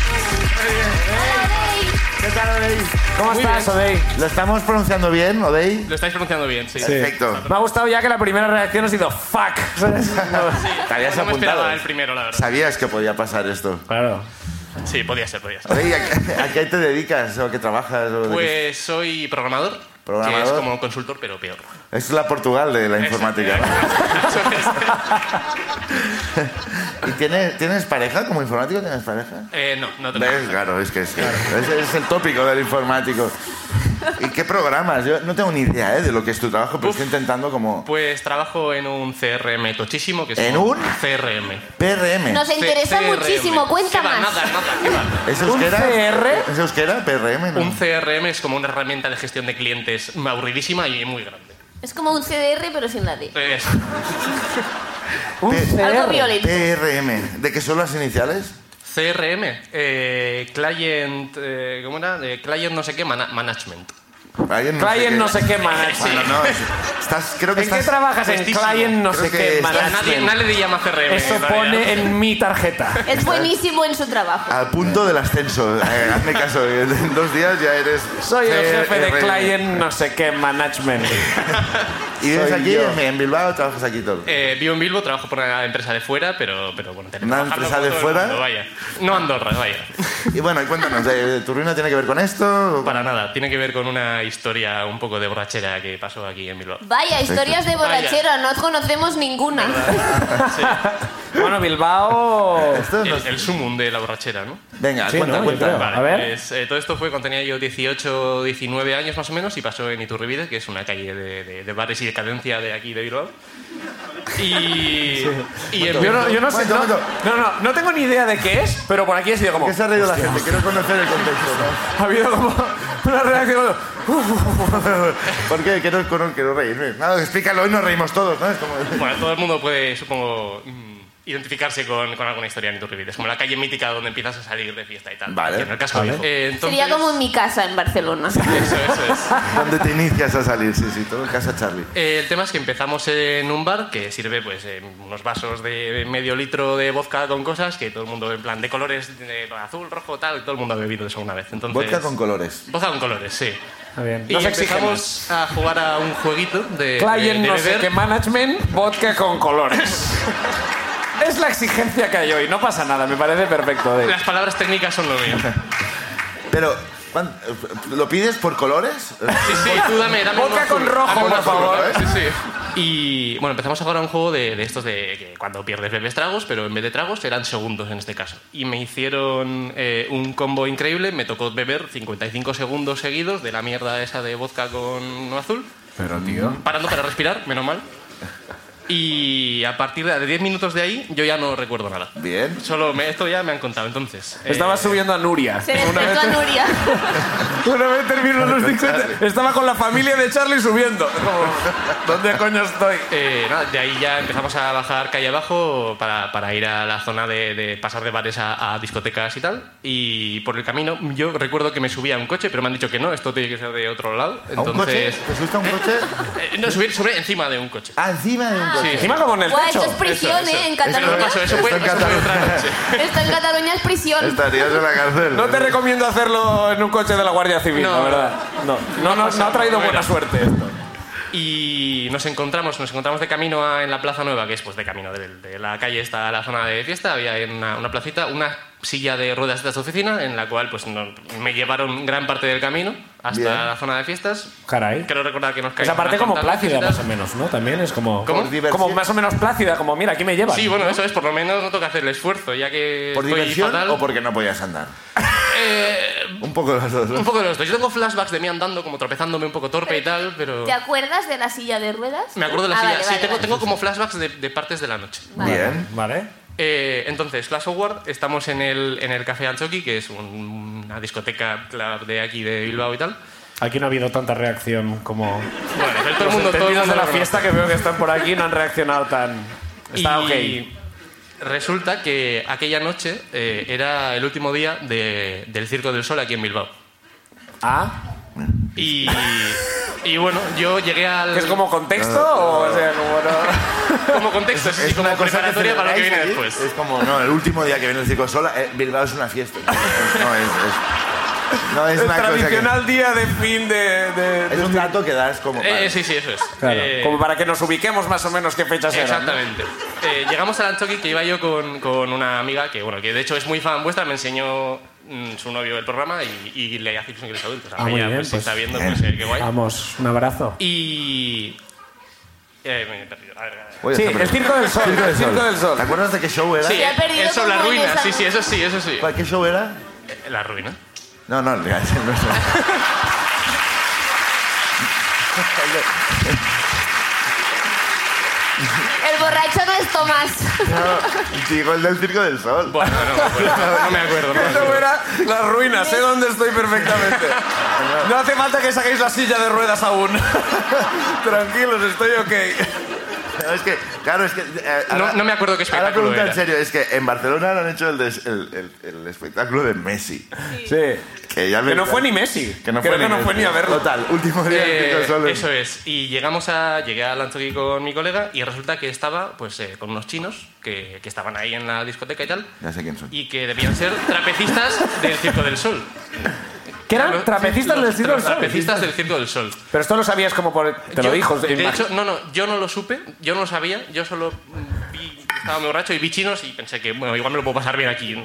Hola, Odey. ¿Qué tal, Odey? ¿Cómo estás, Odey? ¿Lo estamos pronunciando bien, Odey? Lo estáis pronunciando bien, sí. Perfecto. Me ha gustado ya que la primera reacción ha sido fuck. ¿sabes? Te habías no me apuntado. esperaba el primero, la verdad. Sabías que podía pasar esto. Claro. Sí, podía ser, podía ser. Odey, ¿a, qué- a qué te dedicas o a qué trabajas? o de qué- Pues soy programador, Programador. que es como consultor, pero peor. Es la Portugal de la informática. Eso es. ¿Y tienes, tienes pareja? ¿Como informático tienes pareja? Eh, no, no te ¿Ves? Claro, es que es, que- ese es el tópico del informático. ¿Y qué programas? Yo no tengo ni idea ¿eh? de lo que es tu trabajo, pero Uf. estoy intentando como Pues trabajo en un CRM tochísimo que es ¿En un? CRM. Eh, PRM. Nos interesa CRM. muchísimo, cuenta ¿Qué va? más. Nada, nada, ¿qué va? ¿Es ¿Un euskera? CR? ¿Es euskera? PRM, ¿no? Un CRM es como una herramienta de gestión de clientes aburridísima y muy grande. Es como un CDR, pero sin la D. Es- Un Pe- Algo CR. violento. PRM. ¿De qué son las iniciales? CRM, eh, client, eh, ¿cómo era? Eh, client no sé qué, mana- management. Alguien Client qué- no sé qué management. Bueno, no, es- estás, creo que ¿En qué estás... trabajas? En Tristísimo. client no Creo sé que qué estás- Nadie, management. nadie le llama CRM. Eso en realidad. pone en mi tarjeta. Es buenísimo en su trabajo. Al punto del ascenso. Eh, hazme caso, que en dos días ya eres... Soy el jefe de PRM. client no sé qué management. Y vives Soy aquí yo. en- en Bilbao, trabajas aquí todo. Eh, vivo en Bilbo, trabajo por una empresa de fuera, pero, pero bueno, tenemos ¿Una que trabajarlo empresa como de todo el fuera? mundo, vaya. No Andorra, vaya. Y bueno, y cuéntanos, eh, ¿tu ruina tiene que ver con esto? Para nada, tiene que ver con una historia un poco de borrachera que pasó aquí en Bilbao. Vaya, historias de borrachero, no conocemos ninguna. Bueno, Bilbao. Esto El, no- el sumum de la borrachera, ¿no? Venga, Sí, cuenta, ¿no? Yo cuenta. creo. Vale, A ver. pues, eh, todo esto fue cuando tenía yo 18, 19 años más o menos y pasó en Iturribide, que es una calle de, de- de bares y decadencia de aquí de Bilbao. Y, y en Yo no, yo no sé. Momento, No, no, momento. no, no tengo ni idea de qué es, pero por aquí he sido como. ¿Qué se ha reído la gente? Quiero conocer el contexto. ¿no? Ha habido como una reacción. ¿Por qué? Quiero, cono- quiero reírme. Nada, explícalo y nos reímos todos, ¿no? Es como... Bueno, todo el mundo puede, supongo, mm, identificarse con, con alguna historia en Iturribide. Es como la calle mítica donde empiezas a salir de fiesta y tal. Vale. En el casco viejo. Eh, entonces- Sería como en mi casa en Barcelona. Eso, eso es. ¿Dónde te inicias a salir? Sí, sí, todo en casa Charlie. Eh, el tema es que empezamos en un bar que sirve pues eh, unos vasos de medio litro de vodka con cosas que todo el mundo en plan de colores de azul, rojo, tal, todo el mundo ha bebido eso una vez. Entonces, Vodka con colores. vodka con colores, sí. Está bien. Y No se exige más. empezamos a jugar a un jueguito de, Client de- de no sé beber. qué management, vodka con colores. es la exigencia que hay hoy, no pasa nada, me parece perfecto. Dave. Las palabras técnicas son lo mío. Pero, ¿cuán- ¿lo pides por colores? Sí, sí, Pues tú dame, dame Vodka uno azul, con rojo, dame uno por azul, favor. ¿eh? Sí, sí. Y bueno, empezamos a jugar a un juego de, de estos de que cuando pierdes bebes tragos, pero en vez de tragos eran segundos en este caso. Y me hicieron eh, un combo increíble, me tocó beber 55 segundos seguidos de la mierda esa de vodka con no azul, Pero, tío... parando para respirar, menos mal. Y a partir de de 10 minutos de ahí yo ya no recuerdo nada. Bien. Solo me- esto ya me han contado entonces. eh, Estaba subiendo a Nuria. Se despertó a Nuria. Una vez terminó los 50, estaba con la familia de Charlie subiendo. Como, ¿Dónde coño estoy? Eh, nada, de ahí ya empezamos a bajar calle abajo para, para ir a la zona de, de pasar de bares a, a discotecas y tal. Y por el camino, yo recuerdo que me subí a un coche, pero me han dicho que no, esto tiene que ser de otro lado. ¿A un coche? Entonces, ¿Te gusta un coche? Eh, no, subir sobre encima de un coche. Ah, encima de un coche. Sí, Encima como en el Guau, esto techo. es prisión, Eso, eso. ¿eh? En Eso no Cataluña. pasó, eso Esto fue, en eso fue Cataluña. otra noche. Esto en Cataluña es prisión. Estarías en la cárcel. No te recomiendo hacerlo en un coche de la Guardia Civil, No. la verdad. No, no, no, no ha traído buena suerte esto. Y nos encontramos, nos encontramos de camino a- en la Plaza Nueva, que es pues de camino de, de la calle hasta la zona de fiesta. Había ahí una, una placita, una silla de ruedas de esta oficina, en la cual pues no- me llevaron gran parte del camino hasta Bien. la zona de fiestas. Caray. Creo recordar que nos caímos. Esa parte unas como cuantas plácida, veces y más tal. o menos, ¿no? También es como... ¿Cómo? Por diversión. Como más o menos plácida, como mira, aquí me llevan. Sí, bueno, eso es, por lo menos no toca hacer el esfuerzo, ya que ¿Por estoy diversión fatal. o porque no podías andar? Eh, Un poco de las dos. ¿no? un poco de los dos. Yo tengo flashbacks de mí andando, como tropezándome un poco torpe y tal, pero... ¿Te acuerdas de la silla de ruedas? Me acuerdo de la Ah, silla. vale, sí, vale, tengo, vale. tengo como flashbacks de- de partes de la noche. Vale. Bien. Vale. Eh, entonces, Flash Forward, estamos en el, en el Café Anchoqui, que es un- una discoteca club de aquí de Bilbao y tal. Aquí no ha habido tanta reacción como... Bueno, pero todo el Los mundo, todo el entendidos mundo de la lo conoce. fiesta que veo que están por aquí no han reaccionado tan... Está Y ok. Resulta que aquella noche eh, era el último día de- del Circo del Sol aquí en Bilbao. ¿Ah? Y, y bueno, yo llegué al. ¿Que es como contexto o, o sea, como no? como contexto, sí, sí, como preparatoria para lo que viene celebráis después. aquí. Es como, no, el último día que viene el circo sola, eh, Bilbao es una fiesta. No es, es- no es El una cosa que... tradicional día de fin de... de- Es un dato que das como... Eh, vale. sí, sí, eso es. Claro, Eh, como para que nos ubiquemos más o menos qué fechas eran. ¿no? Exactamente. Eh, llegamos al Anchoqui que iba yo con, con una amiga que, bueno, que de hecho es muy fan vuestra, me enseñó mm, su novio el programa y, y le hace ilusión que le salude. Entonces, Ah, ahora muy ya, bien, Ah. pues, si pues, está viendo, pues eh, qué guay. Vamos, un abrazo. Y... eh, me he perdido. A ver, a ver. Oye, Sí, está el Circo del Sol. el Circo del Sol. ¿Te acuerdas de qué show era? Sí, Se ha perdido el sobre la como en ruina. esa- Pues Sí, sí, eso sí, eso sí. ¿Cuál- ¿Qué show era? Eh, La ruina. No, no, el real, el nuestro. El borracho no es Tomás. No, digo el del Circo del Sol. Bueno, no, me acuerdo. No me acuerdo. no me Eso acuerdo. era las ruinas, sé dónde estoy perfectamente. No hace falta que saquéis la silla de ruedas aún. Tranquilos, estoy ok. No, es que, claro, es que... eh, No- no me acuerdo qué Ahora espectáculo pregunta en era. serio, es que en Barcelona ahora han hecho el, des- el- el- el espectáculo de Messi. Sí. Que, ya Que no me- fue ni Messi. Que no Creo fue que ni no fue Messi. ni a verlo. Total, último día del Eh, Circo del Sol. en- eso es. Y llegamos a, llegué al Anzoqui con mi colega y resulta que estaba pues, eh, con unos chinos que, que estaban ahí en la discoteca y tal. Ya sé quién soy. y que debían ser trapecistas del Circo del Sol. Que eran Los- trapecistas los del Circo del Sol. Trapecistas del Circo del Sol. Pero esto lo sabías como por. Te Yo, lo dijo. De imag- hecho, no, no, yo no lo supe, yo no lo sabía, yo solo mm, vi, estaba muy borracho y vi chinos y pensé que, bueno, igual me lo puedo pasar bien aquí.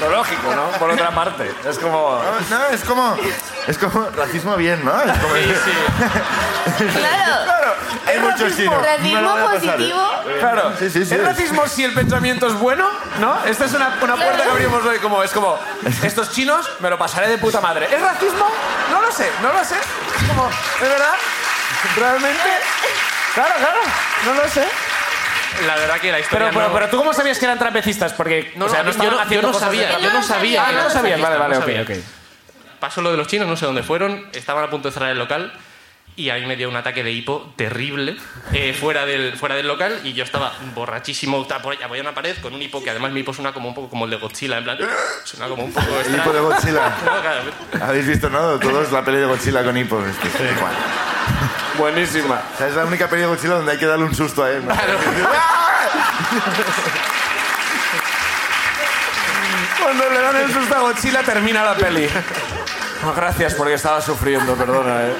Lo lógico, ¿no? Por otra parte. Es como. No, no, es como. Es como racismo bien, ¿no? Es como- Sí, sí. Claro. Claro, hay muchos racismo. chinos. Racismo me lo voy a pasar, ¿eh? positivo. Claro, Sí, sí, sí. es racismo si el pensamiento es bueno, ¿no? Esta es una, una puerta que abrimos hoy, como es como, estos chinos me lo pasaré de puta madre. ¿Es racismo? No lo sé, no lo sé. Es como, ¿es verdad? ¿Realmente? Claro, claro, no lo sé. La verdad que la historia Pero, pero, no- pero tú cómo sabías que eran trapecistas? Porque, No, o sea, no no, yo estaban no- yo haciendo no cosas sabía, de- yo no sabía. Ah, que no lo eran sabías, vale, vale, trapecistas, ok, no ok. sabía. Pasó lo de los chinos, no sé dónde fueron, estaban a punto de cerrar el local y a mí me dio un ataque de hipo terrible eh, fuera, del, fuera del local y yo estaba borrachísimo, estaba por ahí, apoyado en una pared con un hipo que además mi hipo suena como un poco como el de Godzilla, en plan, ¡ah! suena como un poco El hipo de extraño. Godzilla. No, claro, Habéis visto, ¿no? Todos la peli de Godzilla con hipo. Es que es igual. Buenísima. O sea, es la única peli de Godzilla donde hay que darle un susto a él. ¿no? "Ah". Cuando le dan el susto a Godzilla termina la peli. No, gracias, porque estaba sufriendo, perdona, eh.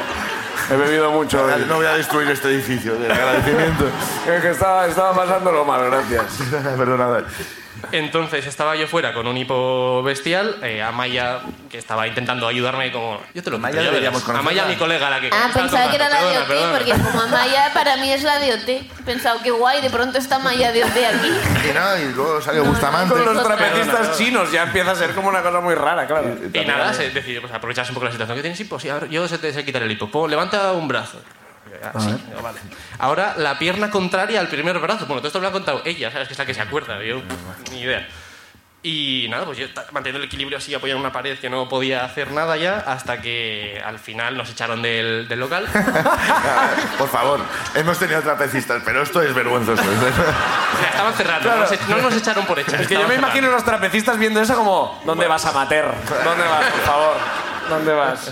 He bebido mucho hoy. No voy a destruir este edificio de agradecimiento. Es que estaba, estaba pasándolo mal, gracias. Perdonad. Entonces estaba yo fuera con un hipo bestial, eh, Amaya, que estaba intentando ayudarme, como. Yo te lo Amaya quito, ya deberíamos verás". conocerla. Amaya, mi colega, la que. Ah, está pensaba tomando, que era la de perdona, OT, perdona. porque como Amaya para mí es la de OT. He pensado que guay, de pronto está Maya de OT aquí. Y no, y luego sale Bustamante. Con los Perdona, trapecistas perdona. chinos ya empieza a ser como una cosa muy rara, claro. Y nada, se decidió, pues aprovecharse un poco la situación que tienes hipo. Sí, a ver, yo sé, te sé quitar el hipo. Pon, levanta un brazo. Ah, Así, ¿eh? digo, vale. Ahora la pierna contraria al primer brazo. Bueno, todo esto me lo ha contado ella, ¿sabes? Que es la que se acuerda. Yo, Ah, pff, ni idea. Y nada, pues yo ta- manteniendo el equilibrio así, apoyado en una pared que no podía hacer nada ya, hasta que al final nos echaron del, del local. Por favor, hemos tenido trapecistas, pero esto es vergonzoso. O sea, estaban cerrando, Claro. no, nos, e- no nos echaron por echar. Es que yo me imagino los trapecistas viendo eso como, ¿dónde vas a matar? ¿Dónde vas, por favor? ¿Dónde vas?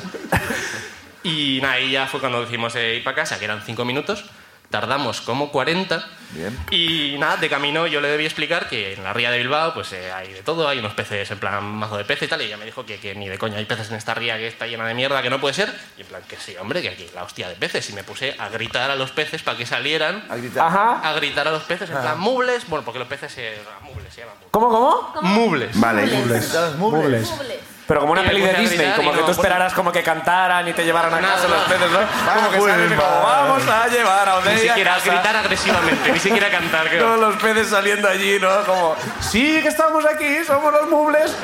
Y nada, y ya fue cuando decimos eh, ir para casa, que eran 5 minutos. Tardamos como 40. Bien. Y nada, de camino yo le debí explicar que en la ría de Bilbao pues eh, hay de todo, hay unos peces en plan mazo de peces y tal. Y ella me dijo que, que ni de coña hay peces en esta ría que está llena de mierda, que no puede ser. Y en plan, que sí, hombre, que aquí la hostia de peces. Y me puse a gritar a los peces para que salieran. A gritar. Ajá. A gritar a los peces, en plan, mubles. Bueno, porque los peces se, mubles, se llaman mubles. ¿Cómo, cómo? Mubles. Vale. Mubles. Mubles. Mubles. Pero como una Y peli de alguna Disney, realidad como y que tú no, bueno. esperaran como que cantaran y te llevaran a Nada, casa los nada. peces, ¿no? Como que salen y como, vamos a llevar a Odeia Ni siquiera a casa". gritar agresivamente, ni siquiera cantar. creo. Todos los peces saliendo allí, ¿no? Como, sí, que estamos aquí, somos los mubles.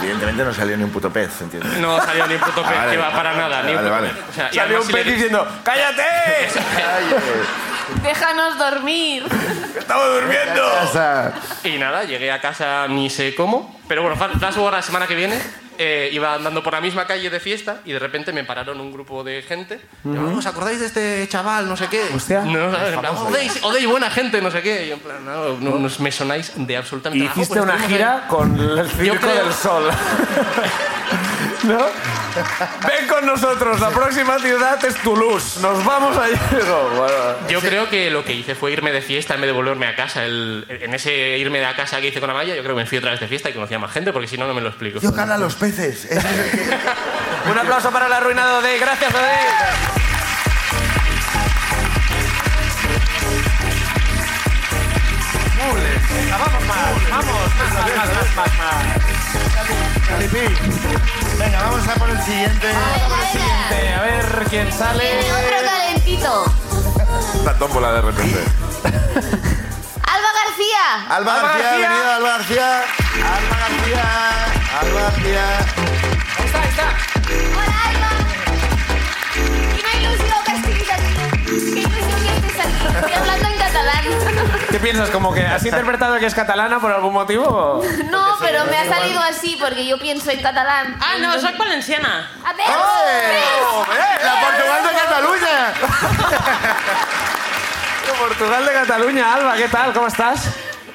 Evidentemente no salió ni un puto pez, ¿entiendes? No salió ni un puto pez, Ah, vale. que va para nada. ni un Vale, puto- vale. O sea, y Salió además un si le- pez diciendo, ¡cállate! Ay, eh. Déjanos dormir. que ¡Estamos durmiendo! o sea, Y nada, llegué a casa ni sé cómo. Pero bueno, fa- flash forward a la semana que viene. eh, iba andando por la misma calle de fiesta y de repente me pararon un grupo de gente. Y, "Oh, ¿Os acordáis de este chaval? No sé qué. Hostia. No, no, en plan, "Odéis- odéis buena gente, no sé qué. Y yo, en plan, no, no, no os- me sonáis de absolutamente Y nada. hiciste Pues una estuvimos gira con el Circo creo- del Sol. ¿No? Ven con nosotros, la próxima ciudad es Toulouse. Nos vamos allá. No, bueno. ahí. Yo creo que lo que hice fue irme de fiesta en vez de volverme a casa. El- en ese irme de a casa que hice con Amaya, yo creo que me fui otra vez de fiesta y conocí a más gente, porque si no, no me lo explico. yo cala los peces. Ese es el que- Un aplauso para la ruina de Odey. Gracias, Odey. Venga, Vamos más, vamos, más, más, más, más, más, más. Venga, vamos a por el siguiente. Eh, A ver quién Viene sale. otro calentito. La tómbola de repente. Alba García. Alba Alba García, García. bienvenido Alba García. Alba García. Alba García. Ahí está, ahí está. Hola, Alba. Qué ilusión que estés aquí. Qué ilusión que estés aquí. Estoy hablando en catalán. ¿Qué piensas? ¿Como que has interpretado que es catalana por algún motivo? No, pero me ha salido así porque yo pienso en catalán. Ah, no, soc valenciana. A ver, ¡Eh! ¡La Portugal de Cataluña! Portugal de Cataluña, Alba, ¿qué tal? ¿Cómo estás?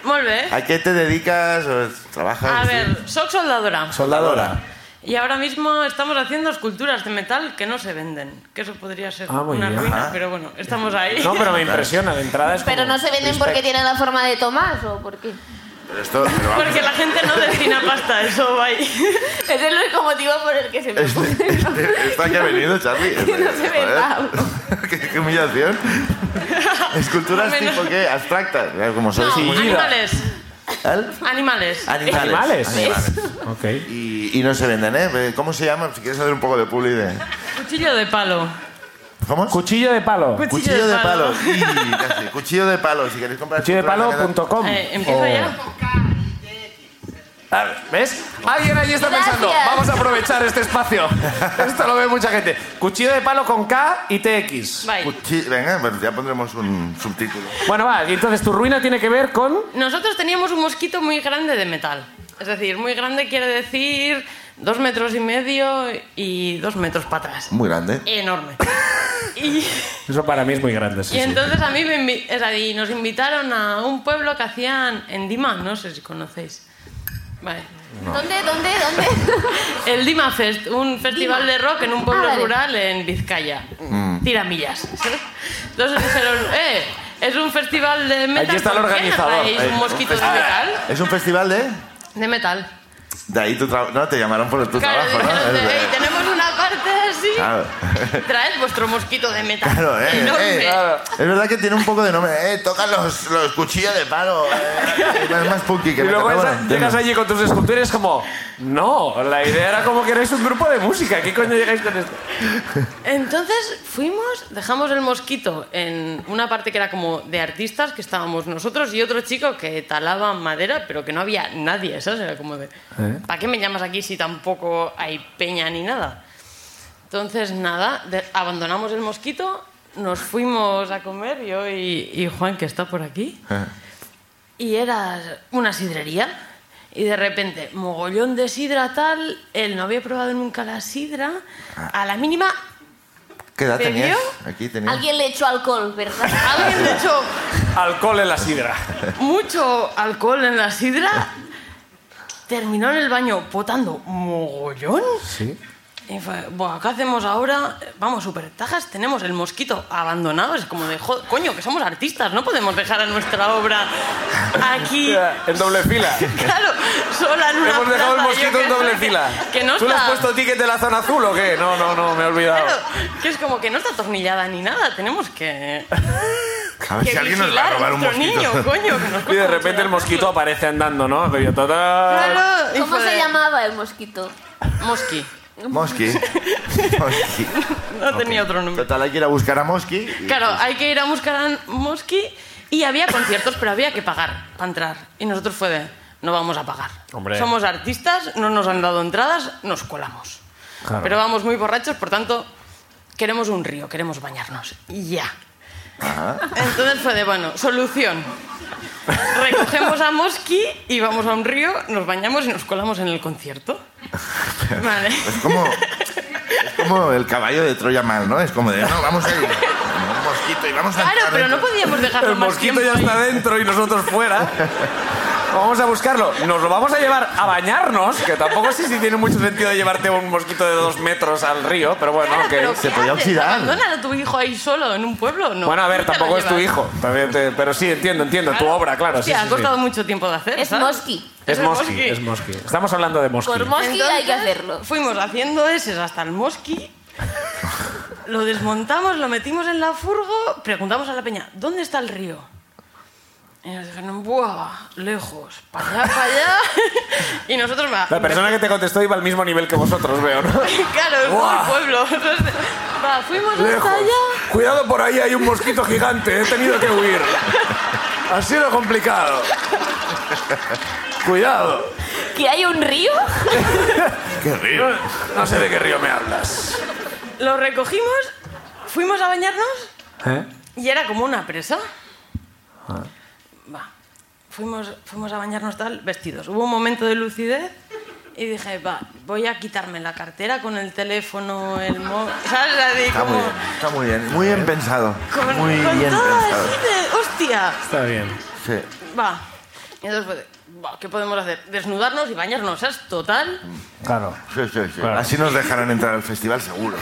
Molt bé. ¿A qué te dedicas? ¿O ¿Trabajas? A ver, soc soldadora. Soldadora. Y ahora mismo estamos haciendo esculturas de metal que no se venden. Que eso podría ser Ah, muy una bien. ruina, pero bueno, estamos ahí. No, pero me impresiona, de entrada es como... Pero no se venden porque tienen la forma de Tomás o por qué. Pero esto. pero vamos. Porque la gente no destina pasta, eso va ahí. Pues Ese es el único motivo por el que se me Este, ocurre. este- esto aquí ha venido, Charlie. este, Que no se Joder. venda. qué, qué humillación. Esculturas Al menos- tipo qué, abstractas. Mira, Como sois No, muy- animales. ¿Al? Animales. Animales. Animales. Animales. Ok. Y, y no se venden, ¿eh? ¿Cómo se llama? Si quieres hacer un poco de publi de... Cuchillo de palo. ¿Cómo? es? Cuchillo de palo. Cuchillo de palo. Y casi. Cuchillo de palo. Si queréis comprar... Cuchillo de esculturas, la verdad- palo.com. Eh, empiezo ya. Oh. ¿Ves? Alguien allí está pensando, Gracias. vamos a aprovechar este espacio. Esto lo ve mucha gente. Cuchillo de palo con K y TX. Bye. Cuchi- Venga, bueno, ya pondremos un subtítulo. Bueno, va, y entonces tu ruina tiene que ver con. Nosotros teníamos un mosquito muy grande de metal. Es decir, muy grande quiere decir dos metros y medio y dos metros para atrás. Muy grande. Enorme. Y, Eso para mí es muy grande, sí. y sí. entonces a mí me invi- o sea, y nos invitaron a un pueblo que hacían en Dima, no sé si conocéis. Vale. ¿Dónde, dónde, dónde? El Dima Fest, un festival de rock en un pueblo Ah, vale. rural en Vizcaya. Mm. Tiramillas. Entonces dijeron, eh, es un festival de metal. Allí está el ¿por qué organizador. atraéis Eh, un mosquito de festival- metal? Es un festival de... De metal. De ahí tu trabajo... No, te llamaron por tu Claro, trabajo, ¿no? dijeron, Es de- "Ey, tenemos una parte así. Claro. Traed vuestro mosquito de metal. Claro, eh, enorme. eh, Es verdad que tiene un poco de nombre. Eh, toca los, los cuchillos de palo. eh. es más punky que Y luego metal, pero esa- bueno, llegas entiendo. allí con tus esculturas como. No, la idea era como que erais un grupo de música. ¿Qué coño llegáis con esto? Entonces fuimos, dejamos el mosquito en una parte que era como de artistas, que estábamos nosotros y otro chico que talaba madera, pero que no había nadie, ¿sabes? Era como de, ¿para qué me llamas aquí si tampoco hay peña ni nada? Entonces, nada, de- abandonamos el mosquito, nos fuimos a comer, yo y, y Juan, que está por aquí, Eh, y era una sidrería. Y de repente, mogollón de sidra tal, él no había probado nunca la sidra, a la mínima ¿Qué edad ¿Te tenías? vio? Aquí tenías. Alguien le echó alcohol, ¿verdad? Alguien le echó Alcohol en la sidra. mucho alcohol en la sidra, terminó en el baño potando mogollón. Sí. Y fue, "Buah, ¿qué hacemos ahora? Vamos, super tajas, tenemos el mosquito abandonado. Es como de, "Jo- coño, que somos artistas, no podemos dejar a nuestra obra aquí, En doble fila. claro, sola en una Hemos dejado el plaza, yo mosquito qué en doble sé, que- fila. Que no ¿Tú le está... has puesto ticket de la zona azul o qué? No, no, no, me he olvidado. claro, que es como que no está atornillada ni nada, tenemos que, Pues A ver que si alguien nos va a vigilar robar un nuestro mosquito. niño, coño. que nos Y cuesta de mucho repente el trabajo. mosquito aparece andando, ¿no? Y yo, "Tadá". Claro, y ¿Cómo fue- se llamaba el mosquito? Mosqui. Mosqui. Mosqui. No tenía otro nombre. Total, hay que ir a buscar a Mosqui. y- Claro, hay que ir a buscar a Mosqui y había conciertos, pero había que pagar para entrar. Y nosotros fue de, no vamos a pagar. Hombre. Somos artistas, no nos han dado entradas, nos colamos. Claro. Pero vamos muy borrachos, por tanto, queremos un río, queremos bañarnos. Y ya. Entonces fue de, bueno, solución. Recogemos a Mosqui y vamos a un río, nos bañamos y nos colamos en el concierto. Vale. Pues Es como. Es como el caballo de Troya mal, ¿no? Es como de. No, vamos a ir. Un mosquito y vamos a. Claro, entrar pero no dentro". podíamos dejarlo El más mosquito tiempo ya ahí. está dentro y nosotros fuera. Vamos a buscarlo. Nos lo vamos a llevar a bañarnos, que tampoco sé si tiene mucho sentido llevarte un mosquito de dos metros al río, pero bueno, Claro, ok. pero se ¿qué podía haces? oxidar. Abandonar a tu hijo ahí solo en un pueblo, no. Bueno, a ver, ¿Dónde te tampoco lo es tu llevas? hijo. También te- pero sí, entiendo, entiendo. Tu Claro. obra, claro. sí, Hostia, sí, ha sí. costado mucho tiempo de hacer. Es ¿sabes? Mosqui. Es Es Mosky, Mosky. es Mosky. Estamos hablando de Mosky. Por Mosqui hay que Entonces, hacerlo. Fuimos haciendo eses hasta el mosqui. Lo desmontamos, lo metimos en la furgo, preguntamos a la peña, ¿dónde está el río? Y nos dijeron, ¡buah! Lejos, para allá, para allá. y nosotros, va, La persona que te contestó iba al mismo nivel que vosotros, veo, ¿no? claro, es como el Buah. pueblo. Entonces, va, fuimos Lejos. hasta allá. Cuidado por ahí, hay un mosquito gigante. He tenido que huir. Ha sido complicado. Cuidado. ¿Que hay un río? Qué río. No sé de qué río me hablas. Lo recogimos, fuimos a bañarnos ¿Eh? Y era como una presa. Ah. Va. Fuimos, fuimos a bañarnos tal, vestidos. Hubo un momento de lucidez y dije, va, voy a quitarme la cartera con el teléfono, el móvil. ¿Sabes? Así Está muy como. bien. Está muy bien. Muy bien pensado. Con, muy con bien todo pensado. así de. ¡Hostia! Está bien. Sí. Va. Y entonces fue de, va, ¿qué podemos hacer? Desnudarnos y bañarnos, ¿sabes? Total. Claro. Sí, sí, sí. Claro. Así nos dejarán entrar al festival seguro.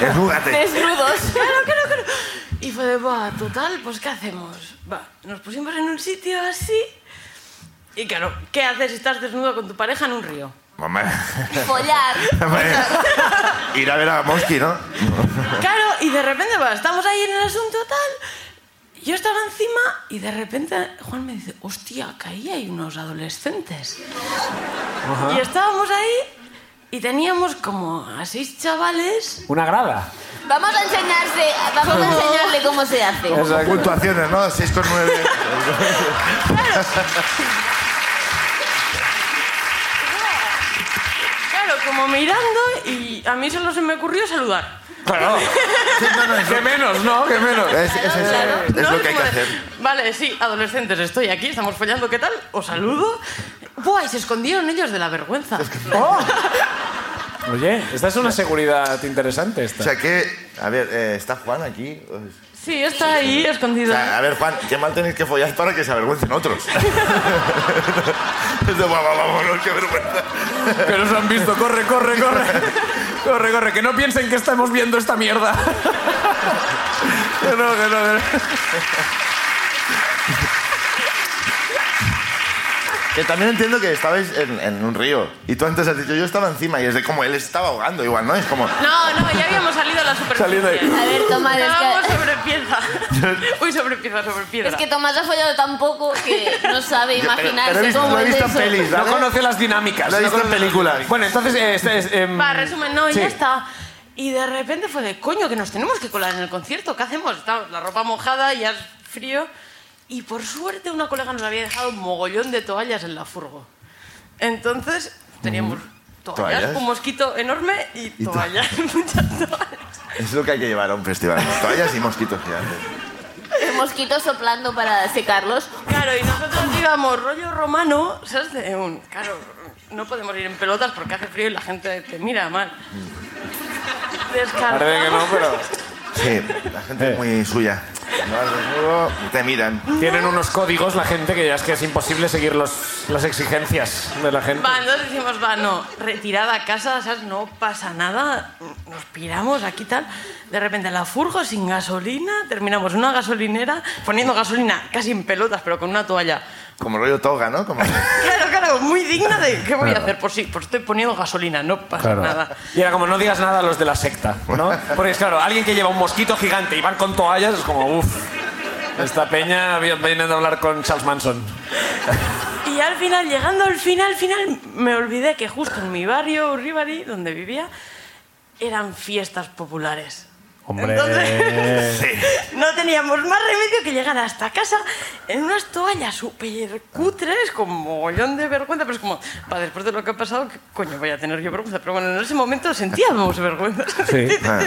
Desnúdate. Desnudos. Y fue de, va, total, pues ¿qué hacemos? Va, nos pusimos en un sitio así Y claro, ¿qué haces si estás desnudo con tu pareja en un río? Mamá. Follar. Ir a ver a Mosky, ¿no? Claro, y de repente, bueno, estamos ahí en el asunto tal. Yo estaba encima y de repente Juan me dice, hostia, que ahí hay unos adolescentes. Y estábamos ahí y teníamos como a seis chavales. Una grada. Vamos a enseñarse, vamos a enseñarle cómo se hace. Puntuaciones, ¿no? 6 con 9. Claro, como mirando y a mí solo se me ocurrió saludar. Claro. Que menos, ¿no? Que menos. Es, es, eso, Claro, es ¿no? lo que hay que como de, hacer. Vale, sí, adolescentes, estoy aquí, estamos follando, ¿qué tal? Os saludo. Buah, y se escondieron ellos de la vergüenza. ¡Oh! Oye, esta es una seguridad interesante esta. O sea que, a ver, eh, ¿está Juan aquí? O Sí, está ahí, escondido. sea, a ver, Juan, qué mal tenéis que follar para que se avergüencen otros. Es de, guau, guau, guau, no, qué vergüenza. Que nos han visto. Corre, corre, corre. Corre, corre. Que no piensen que estamos viendo esta mierda. Que no, que no, que no. Que también entiendo que estabais en, en un río y tú antes has dicho yo estaba encima y es de como él estaba ahogando igual, ¿no? Es como... No, no, ya habíamos salido a la Salido superficie. ahí. A ver, Tomás, es Estábamos que, sobre piedra. Uy, sobre piedra, sobre piedra. es que Tomás ha follado tan poco que no sabe Pero he imaginarse visto, cómo lo he es visto en eso. pelis, No ¿vale? conoce las dinámicas. Lo he no visto en conoce- películas. Bueno, entonces... eh, este es, em, Para resumen, no, sí. ya está. Y de repente fue de coño, que nos tenemos que colar en el concierto. ¿Qué hacemos? Está la ropa mojada, ya es frío. Y por suerte, una colega nos había dejado un mogollón de toallas en la furgo. Entonces teníamos toallas, ¿Toallas? un mosquito enorme y to- toallas, muchas toallas. Es lo que hay que llevar a un festival. Toallas y mosquitos gigantes. El mosquito soplando para secarlos. Claro, y nosotros íbamos rollo romano, ¿sabes? De un, claro, no podemos ir en pelotas porque hace frío y la gente te mira mal. Descartamos. Parece que no, pero... Sí, la gente es Eh. muy suya. No vas desnudo, te miran. Tienen unos códigos la gente que ya es que es imposible seguir los, las exigencias de la gente. Va, entonces decimos, va, no, retirada a casa, ¿sabes? No pasa nada, nos piramos aquí tal. De repente la furgo sin gasolina, terminamos en una gasolinera, poniendo gasolina casi en pelotas, pero con una toalla. Como rollo toga, ¿no? Como... Claro, claro, muy digna de, ¿qué voy a hacer? Pues sí, pues estoy poniendo gasolina, no pasa nada. Y era como, no digas nada a los de la secta, ¿no? Porque es claro, alguien que lleva un mosquito gigante y van con toallas es como, uff. Esta peña viene de hablar con Charles Manson. Y al final, llegando al final, final, me olvidé que justo en mi barrio, Urribari, donde vivía, eran fiestas populares. Hombre. Entonces- No teníamos más remedio que llegar hasta casa en unas toallas súper cutres, con mogollón de vergüenza, pero es como, para después de lo que ha pasado, ¿qué coño voy a tener yo vergüenza? Pero bueno, en ese momento sentíamos vergüenza. Sí. Ah.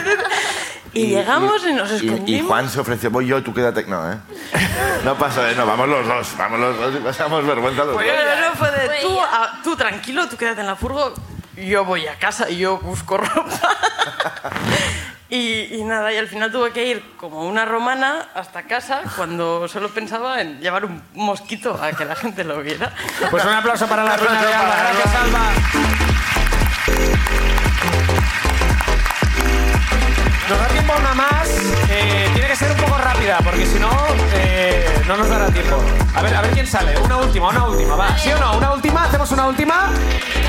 Y, llegamos y, nos y- escondimos. Y, Juan se ofreció, voy yo, tú quédate. No, ¿eh? No pasa de, no, vamos los dos, vamos los dos y pasamos vergüenza los dos. Pues Pero no fue de, Fue tú, ella. a- tú tranquilo, tú quédate en la furgo, yo voy a casa y yo busco ropa. Y, y nada, y al final tuve que ir como una romana hasta casa cuando solo pensaba en llevar un mosquito a que la gente lo viera. Pues un aplauso para la ruina de Alba. Gracias, Alba. Nos da tiempo a una más. Eh, tiene que ser un poco rápida, porque si no, eh, no nos dará tiempo. A ver, a ver quién sale. Una última, una última, va. ¿Sí o no? ¿Una última? ¿Hacemos una última?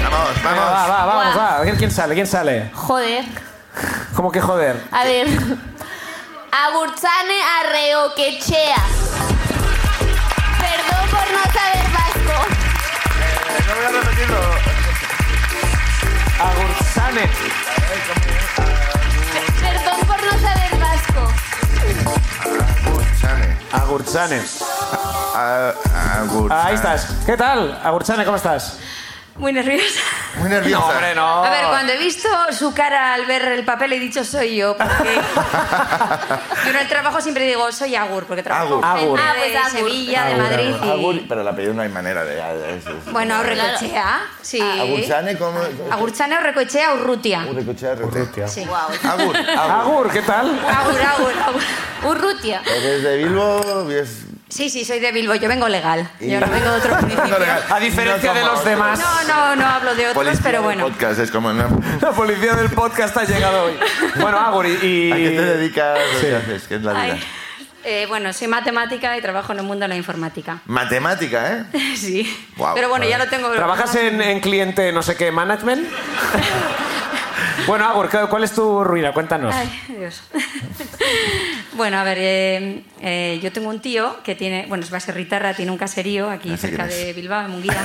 Vamos, Venga, va, vamos. va, vamos, Guau. va. A ver quién sale, quién sale. Joder. ¿Cómo que joder? A ver. Agurtzane arreoquechea. Perdón por no saber vasco. No voy a repetirlo. Agursane. Perdón por no saber vasco. Chane. Agursane. A- a- Agur, Ahí Chane. estás. ¿Qué tal? Agursane, ¿cómo estás? Muy nerviosa. Muy nerviosa. No, hombre, no. A ver, cuando he visto su cara al ver el papel he dicho soy yo, porque yo en el trabajo siempre digo soy Agur, porque trabajo Agur. con gente Agur. Ah, pues de Agur. Sevilla, de Agur, Madrid y... Agur, pero el apellido no hay manera de... de- de- de- Bueno, Aurrecochea, sí. Agurchane, ¿cómo? Agurchana, Aurrecochea, Urrutia. Urrecochea, Urrutia. Sí. Agur, Agur. Agur, ¿qué tal? Agur, Agur, Agur. Urrutia. Porque es de Bilbo y es... Sí, sí, soy de Bilbo, yo vengo legal. y- Yo no vengo de otro municipio. A diferencia de No los como demás. No, no, no hablo de otros, Policía pero de bueno. podcast, es como... ¿no? La policía del podcast ha llegado hoy. Bueno, Agur, y... ¿A qué te dedicas? ¿Qué haces? ¿Qué es la vida? Ay, Eh, bueno, soy matemática y trabajo en el mundo de la informática. Matemática, ¿eh? Sí. Guau, Pero bueno, ya joder. lo tengo. ¿Trabajas en, en cliente no sé qué management? bueno, Agur, ¿cu- ¿cuál es tu ruina? Cuéntanos. Ay, Dios. bueno, a ver, eh, eh, yo tengo un tío que tiene, bueno, es baserritarra, tiene un caserío aquí Ya sé cerca quién es. de Bilbao, en Munguía.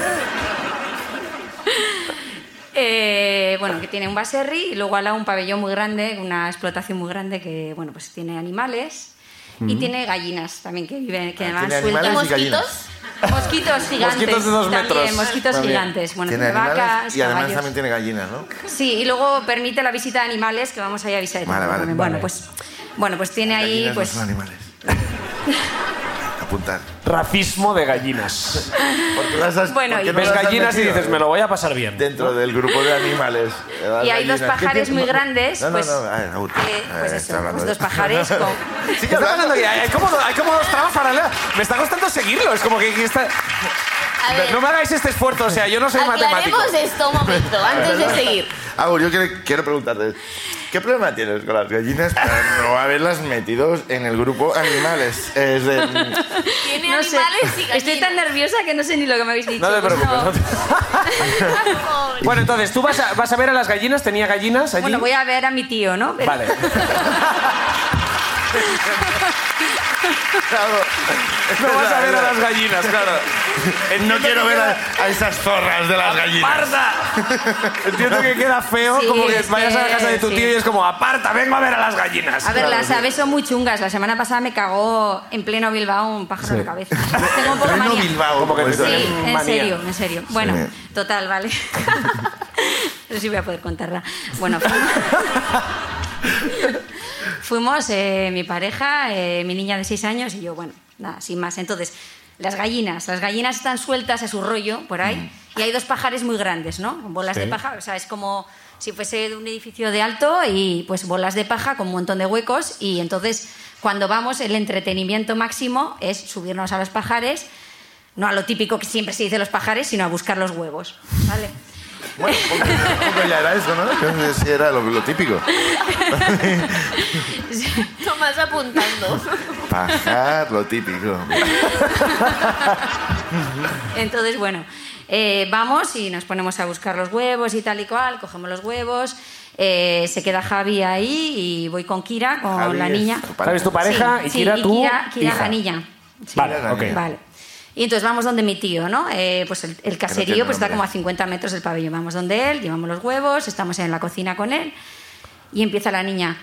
Eh, bueno, que tiene un baserri y luego al lado un pabellón muy grande, una explotación muy grande que, bueno, pues tiene animales y tiene gallinas también que viven, que van Ah, tiene sueltas. ¿Y animales y mosquitos? Mosquitos gigantes. Mosquitos de dos metros. También, mosquitos También. gigantes. Bueno, Tiene tiene animales vacas, y además caballos. también tiene gallinas, ¿no? Sí, y luego permite la visita de animales que vamos ahí a visitar. Vale, vale, Bueno, vale. pues bueno, pues tiene ahí gallinas no pues son animales. Apuntar. Racismo de gallinas. ¿Por qué las has- Bueno, por qué y- no eh. Ves las has gallinas y metido? dices, me lo voy a pasar bien. Dentro del grupo de animales. Y hay dos pajares muy grandes, No, no, pues- no. a ver, Raúl, eh, a ver, pues está eso, hablando pues de- dos pajares con Sí, que Está hablando hablando que hay, hay como, hay como dos tramas paralelas. Me está costando seguirlo. Es como que, que está- A ver, No me hagáis este esfuerzo. O sea, yo no soy matemático. aclaremos esto un momento antes de seguir. Agur, yo quiero, quiero preguntarte, ¿qué problema tienes con las gallinas para no haberlas metido en el grupo animales? Es de, mm, Tiene no sé, animales y estoy tan gallinas. nerviosa que no sé ni lo que me habéis dicho. No te pues preocupes. no te- Pobre. Bueno, entonces, ¿tú vas a, vas a ver a las gallinas? ¿Tenía gallinas allí? Bueno, voy a ver a mi tío, ¿no? Pero- Vale. claro, No vas a ver a las gallinas, claro. No quiero ver a, a esas zorras de las gallinas. ¡Aparta! Entiendo que queda feo Sí, como que es vayas a la que- casa de tu sí. tío y es como, aparta, vengo a ver a las gallinas. A ver, Claro. las aves son muy chungas. La semana pasada me cagó en pleno Bilbao un pájaro en la cabeza. Tengo un poco de Reino manía. Bilbao, Como que como te- eso. Sí, en Manía. serio, en serio. Bueno, Sí. total, vale. No sé si voy a poder contarla. Bueno, fu- fuimos eh, mi pareja, eh, mi niña de seis años y yo, bueno, nada, sin más. Entonces, las gallinas, las gallinas están sueltas a su rollo por ahí y hay dos pajares muy grandes, ¿no? Con bolas de paja, o sea, es como si fuese de un edificio de alto y pues bolas de paja con un montón de huecos y entonces cuando vamos el entretenimiento máximo es subirnos a los pajares no a lo típico que siempre se dice los pajares, sino a buscar los huevos. ¿Vale? Bueno, un poco- un poco ya era eso, ¿no? Yo no sé si era lo, lo típico. Tomás apuntando. Pajar, lo típico. Entonces, bueno, eh, vamos y nos ponemos a buscar los huevos y tal y cual, cogemos los huevos, eh, se queda Javi ahí y voy con Kira, con Javi la es niña. tu ¿Sabes tu pareja? Sí, y sí, Kira, tú. Kira, Kira hija. la niña. Sí. Vale, ok. Vale. Y entonces vamos donde mi tío, ¿no? Eh, pues el, el caserío tiene pues está nombre. como a 50 metros del pabellón. Vamos donde él, llevamos los huevos, estamos en la cocina con él. Y empieza la niña,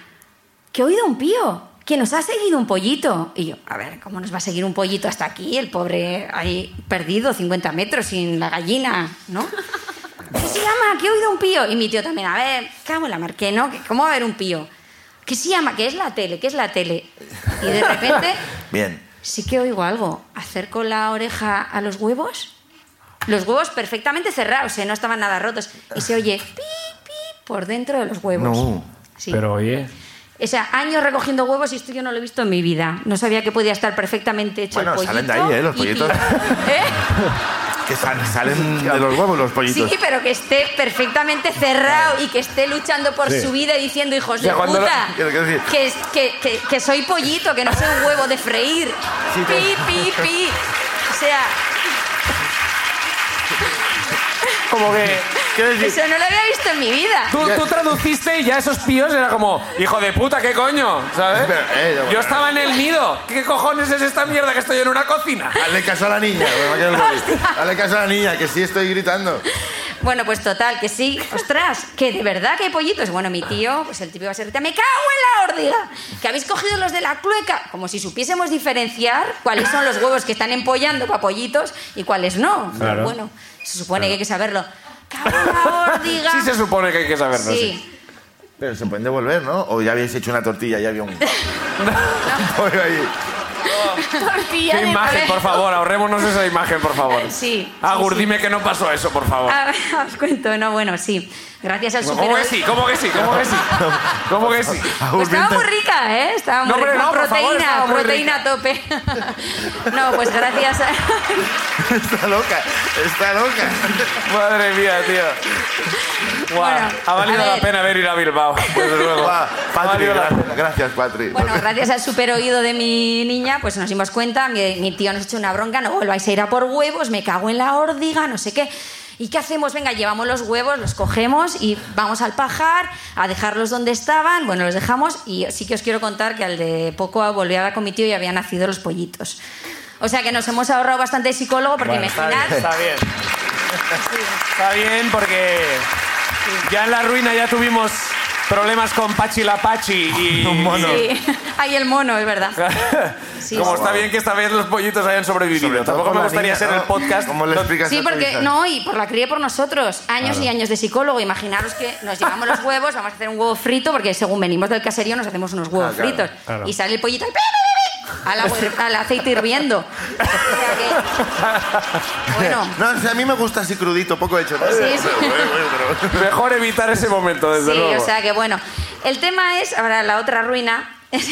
que he oído un pío, que nos ha seguido un pollito. Y yo, a ver, ¿cómo nos va a seguir un pollito hasta aquí? El pobre ahí perdido 50 metros sin la gallina, ¿no? ¿Qué se llama? Que he oído un pío. Y mi tío también, a ver, cago en la mar, que no, que ¿cómo va a haber un pío? ¿Qué se llama? ¿Qué es la tele? ¿Qué es la tele? Y de repente Bien. sí que oigo algo. Acerco la oreja a los huevos. Los huevos perfectamente cerrados, ¿eh? no estaban nada rotos. Y se oye pi, pi por dentro de los huevos. No. Sí. Pero oye. O sea, años recogiendo huevos y esto yo no lo he visto en mi vida. No sabía que podía estar perfectamente hecho Bueno, el pollito. salen de ahí, ¿eh? Los y pi. pollitos. ¿Eh? Que sal- salen de los huevos los pollitos. Sí, pero que esté perfectamente cerrado y que esté luchando por su vida y diciendo, hijos O sea, de cuando lo- puta, Quiero decir- que, es- que, que- que soy pollito, que no soy un huevo de freír. Sí, te- Pi, pi, pi. O sea, Como que. Quiero decir, eso no lo había visto en mi vida. Tú, tú traduciste y ya esos píos era como, hijo de puta, ¿qué coño? ¿Sabes? Pero, eh, bueno. Yo estaba en el nido. ¿Qué cojones es esta mierda que estoy en una cocina? Hazle caso a la niña. me va a quedar el móvil. Hazle caso a la niña, que sí estoy gritando. Bueno, pues total, que sí. Ostras, que de verdad que hay pollitos. Bueno, mi tío, pues el tío va a ser... ¡Me cago en la órdiga! Que habéis cogido los de la clueca. Como si supiésemos diferenciar cuáles son los huevos que están empollando para pollitos y cuáles no. Claro. Bueno, se supone que hay que saberlo. ¡Cago en la órdiga! Sí se supone que hay que saberlo. Sí. sí. Pero se pueden devolver, ¿no? O ya habéis hecho una tortilla y había un... Por ahí. Tortilla ¿Qué de imagen, por favor? Ahorrémonos esa imagen, por favor. Sí, Agur, sí, Ah, sí. dime que no pasó eso, por favor. A ver, os cuento, no, bueno, sí. Gracias al ¿Cómo que superhéroe. sí? ¿Cómo que sí? ¿Cómo que sí? ¿Cómo que sí? Pues estaba muy rica, ¿eh? Estaba muy No, hombre, rica. no, por favor, proteína, estaba muy proteína a tope. no, pues gracias a... Está loca, está loca. Madre mía, tío. Guau, Bueno, ha valido a la ver. pena ver ir a Bilbao. desde luego. Va, Patri, gracias, gracias, Patri. Bueno, gracias al super oído de mi niña, pues nos dimos cuenta, mi, mi tío nos echó una bronca, no volváis a ir a por huevos, me cago en la órdiga, no sé qué. ¿Y qué hacemos? Venga, llevamos los huevos, los cogemos y vamos al pajar a dejarlos donde estaban. Bueno, los dejamos y sí que os quiero contar que al de poco volví a hablar con mi tío y habían nacido los pollitos. O sea que nos hemos ahorrado bastante psicólogo porque Bueno, está bien, imaginad... está bien. Está bien porque ya en la ruina ya tuvimos problemas con Pachi la Pachi y... Un mono. Sí, hay el mono, es verdad. Sí, Como sí. está bien que esta vez los pollitos hayan sobrevivido. Sobre todo Tampoco con me la gustaría niña, ser el ¿no? podcast. ¿Cómo le explicas Sí, a tu porque hija? no, y por la cría y por nosotros. Años y años de psicólogo. Imaginaros que nos llevamos los huevos, vamos a hacer un huevo frito, porque según venimos del caserío nos hacemos unos huevos Ah, claro, fritos. Y sale el pollito y ¡pi, pi, pi, pi! al, agua hir- al aceite hirviendo. O sea que- Bueno, No, o sea, a mí me gusta así crudito, poco hecho. Sí, sí. Pero, bueno, bueno, pero- Mejor evitar ese momento, desde sí, luego. o sea que bueno. El tema es, ahora la otra ruina, es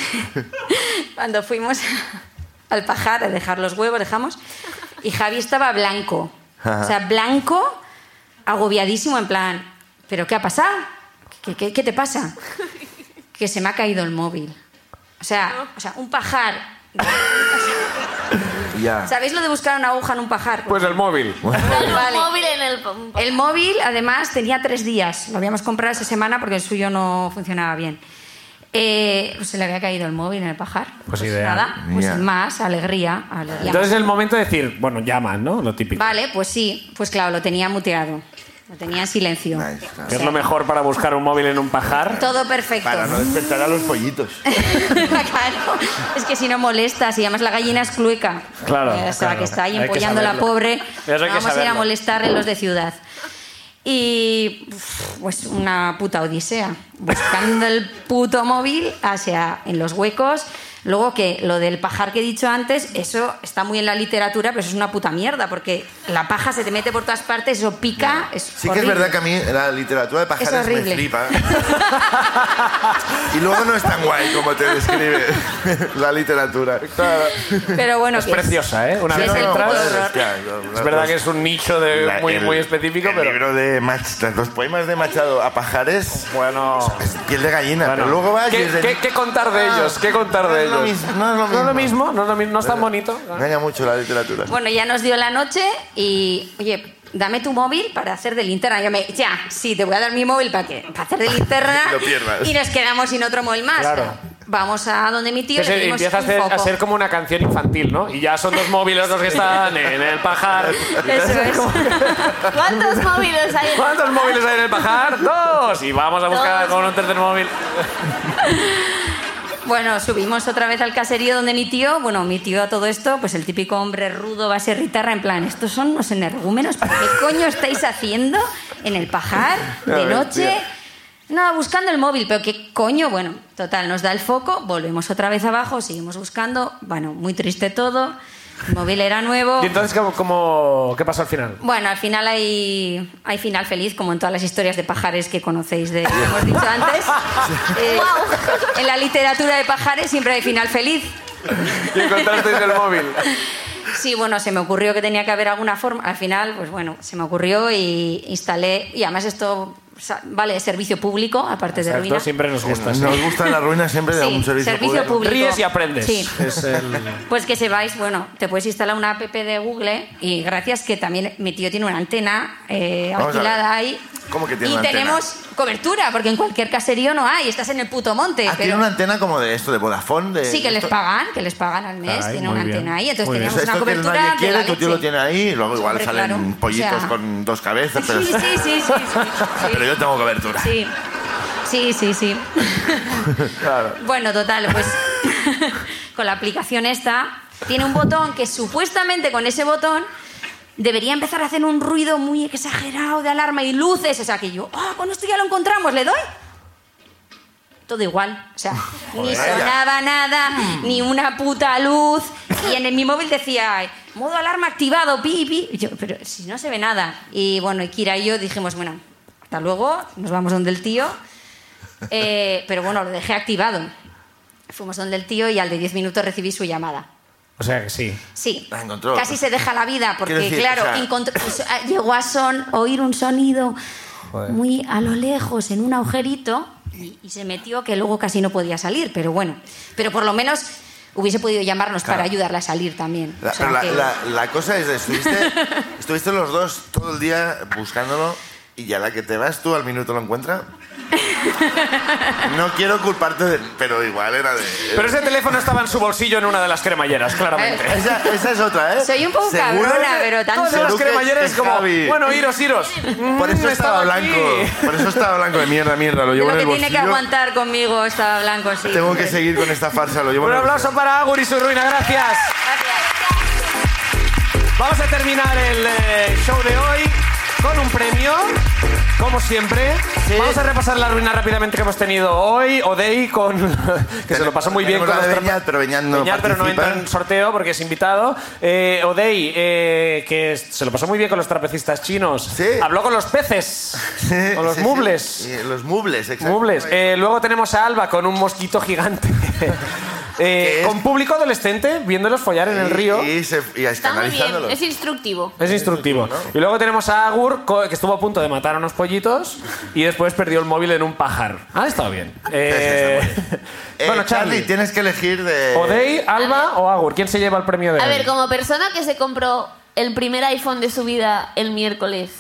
cuando fuimos al pajar a dejar los huevos, dejamos, y Javi estaba blanco. O sea, blanco, agobiadísimo, en plan, ¿pero qué ha pasado? ¿Qué, qué, qué te pasa? Que se me ha caído el móvil. O sea, o sea un pajar. Ya. ¿Sabéis lo de buscar una aguja en un pajar? Pues el móvil. Con un Vale. móvil en el... pom- pom- El móvil, además, tenía tres días. Lo habíamos comprado esa semana porque el suyo no funcionaba bien. Eh, pues se le había caído el móvil en el pajar. Pues ideal. Nada, pues Ya. sin más, alegría. alegría. Entonces es el momento de decir, bueno, llaman, ¿no? Lo típico. vale, pues sí, pues claro, lo tenía muteado. Lo tenía en silencio. Nice, claro. Que es lo mejor para buscar un móvil en un pajar. Todo perfecto. Para no despertar a los pollitos. Claro, es que si no molestas y además la gallina es clueca. Claro, Eh, O sea, claro. que está ahí Hay que empollando la saberlo. pobre. Eso hay No que vamos a ir a saberlo. molestar en los de ciudad. Y uf, pues una puta odisea. Buscando el puto móvil hacia en los huecos. Luego que lo del pajar que he dicho antes, eso está muy en la literatura, pero eso es una puta mierda, porque la paja se te mete por todas partes, eso pica. Es Sí que es verdad que a mí la literatura de Es pajares me horrible. flipa. y luego no es tan guay como te describe la literatura. Pero bueno, Es que es- preciosa, ¿eh? Una Sí, vez sí, entras... sí. Es verdad que es un nicho de pues, La- muy, el- muy específico, el pero... libro de Mach- los poemas de Machado a pajares Bueno... es piel de gallina, bueno. pero luego vas y ¿Qué, es de- qué- qué contar de Ah, ellos? ¿Qué contar no de es lo ellos? mis- no es lo No es lo mismo. mismo, no es, lo mismo, no es tan bonito. engaña mucho la literatura. Bueno, ya nos dio la noche y, oye, dame tu móvil para hacer de linterna. Yo me, ya, sí, te voy a dar mi móvil para que para hacer de linterna. Lo pierdas. Y nos quedamos sin otro móvil más. Claro. Vamos a donde mi tío. le Ese- pedimos empieza a un ser, a foco. ser como una canción infantil, ¿no? Y ya son dos móviles los que están en el pajar. Eso es. ¿Cuántos móviles hay en ¿Cuántos móviles hay en el pajar? ¡Dos! Y vamos a buscar Dos. con un tercer móvil. Bueno, subimos otra vez al caserío donde mi tío, bueno, mi tío a todo esto, pues el típico hombre rudo va a ser guitarra en plan, estos son unos energúmenos, ¿pero ¿qué coño estáis haciendo en el pajar de noche? No, buscando el móvil, pero qué coño, bueno, total, nos da el foco, volvemos otra vez abajo, seguimos buscando, bueno, muy triste todo, el móvil era nuevo. ¿Y entonces ¿cómo, cómo- qué pasó al final? Bueno, al final hay, hay final feliz, como en todas las historias de pajares que conocéis, de, que hemos dicho antes. Eh, en la literatura de pajares siempre hay final feliz. Y encontrasteis el móvil. Sí, bueno, se me ocurrió que tenía que haber alguna forma. Al final, pues bueno, se me ocurrió y instalé. Y además esto sa- vale de servicio público, aparte de Exacto, ruina. siempre nos gusta. sí. Nos gusta la ruina siempre de Sí, un servicio, servicio público. Ríes y aprendes. Sí. Es el... Pues que sepáis, bueno, te puedes instalar una app de Google y gracias que también mi tío tiene una antena eh, Vamos a alquilada ver. ahí. ¿Cómo que tiene y una antena? tenemos cobertura, porque en cualquier caserío no hay, estás en el puto monte. Ah, tiene pero- una antena como de esto, de Vodafone. De Sí, que les esto- pagan, que les pagan al mes, Caray, tiene muy una bien. antena ahí, entonces Muy bien. teníamos Eso, una esto que cobertura nadie de la quiere, tu tío leche. lo tiene ahí, y luego igual Hombre, salen claro. pollitos O sea- con dos cabezas, pero, Sí, sí, sí, sí, sí, sí. pero yo tengo cobertura. Sí, sí, sí, sí. Bueno, total, pues con la aplicación esta tiene un botón que supuestamente con ese botón debería empezar a hacer un ruido muy exagerado de alarma y luces. O sea, que yo, ah, con esto ya lo encontramos, ¿le doy? Todo igual, o sea, ni Joder, vaya. Mm. sonaba nada, ni una puta luz. Y en el- mi móvil decía, modo alarma activado, pi, pi. Y yo, pero si no se ve nada. Y bueno, y Kira y yo dijimos, bueno, hasta luego, nos vamos donde el tío. Eh, pero bueno, lo dejé activado. Fuimos donde el tío y al de 10 minutos recibí su llamada. O sea que sí. Sí. La Ah, encontró. Casi se deja la vida porque, Quiero decir, claro, o sea- encontró- pues, ah, llegó a son, oír un sonido muy a lo lejos en un agujerito Y, y se metió que luego casi no podía salir, pero bueno. Pero por lo menos hubiese podido llamarnos Claro. para ayudarla a salir también. La, O sea pero la- la- que- la cosa es, estuviste, estuviste los dos todo el día buscándolo y ya la que te vas tú al minuto lo encuentras. No quiero culparte, de- pero igual era de... Pero ese teléfono estaba en su bolsillo en una de las cremalleras, claramente. esa, esa es otra, ¿eh? Soy un poco Seguro cabrona, que- pero tan Todas las Seguro que- cremalleras que como, Javi- bueno, iros, iros. Por eso Mm, estaba aquí. blanco. Por eso estaba blanco de mierda, mierda. Lo de llevo lo en que el tiene que bolsillo. aguantar conmigo estaba blanco, sí. Tengo que hombre. seguir con esta farsa. Lo llevo Un en el aplauso para Agur y su ruina, gracias. Vamos a terminar el eh, show de hoy con un premio, como siempre. Vamos a repasar la ruina rápidamente que hemos tenido hoy. Odey, con, que se lo pasó muy bien con Tenemos la de nuestra- Beñat, pero Beñat no Beñat, pero no participa. entra en sorteo porque es invitado. Eh, Odey, eh, que se lo pasó muy bien con los trapecistas chinos. Sí. Habló con los peces, Sí, con los sí, sí. mubles. Eh, Los mubles, exacto. Mubles. Eh, luego tenemos a Alba con un mosquito gigante. Eh, ¿Qué es? con público adolescente viéndolos follar en el Y- río. Y, se, y Está muy bien, escandalizándolo. es instructivo. Es instructivo. Y luego tenemos a Agur, co- que estuvo a punto de matar a unos pollitos y después perdió el móvil en un pájaro. Ah, estado bien. Eh, Sí, Eh, bueno, Charlie, Charlie. tienes que elegir de. ¿Odey, Alba o Agur? ¿Quién se lleva el premio de A hoy? ver, como persona que se compró el primer iPhone de su vida el miércoles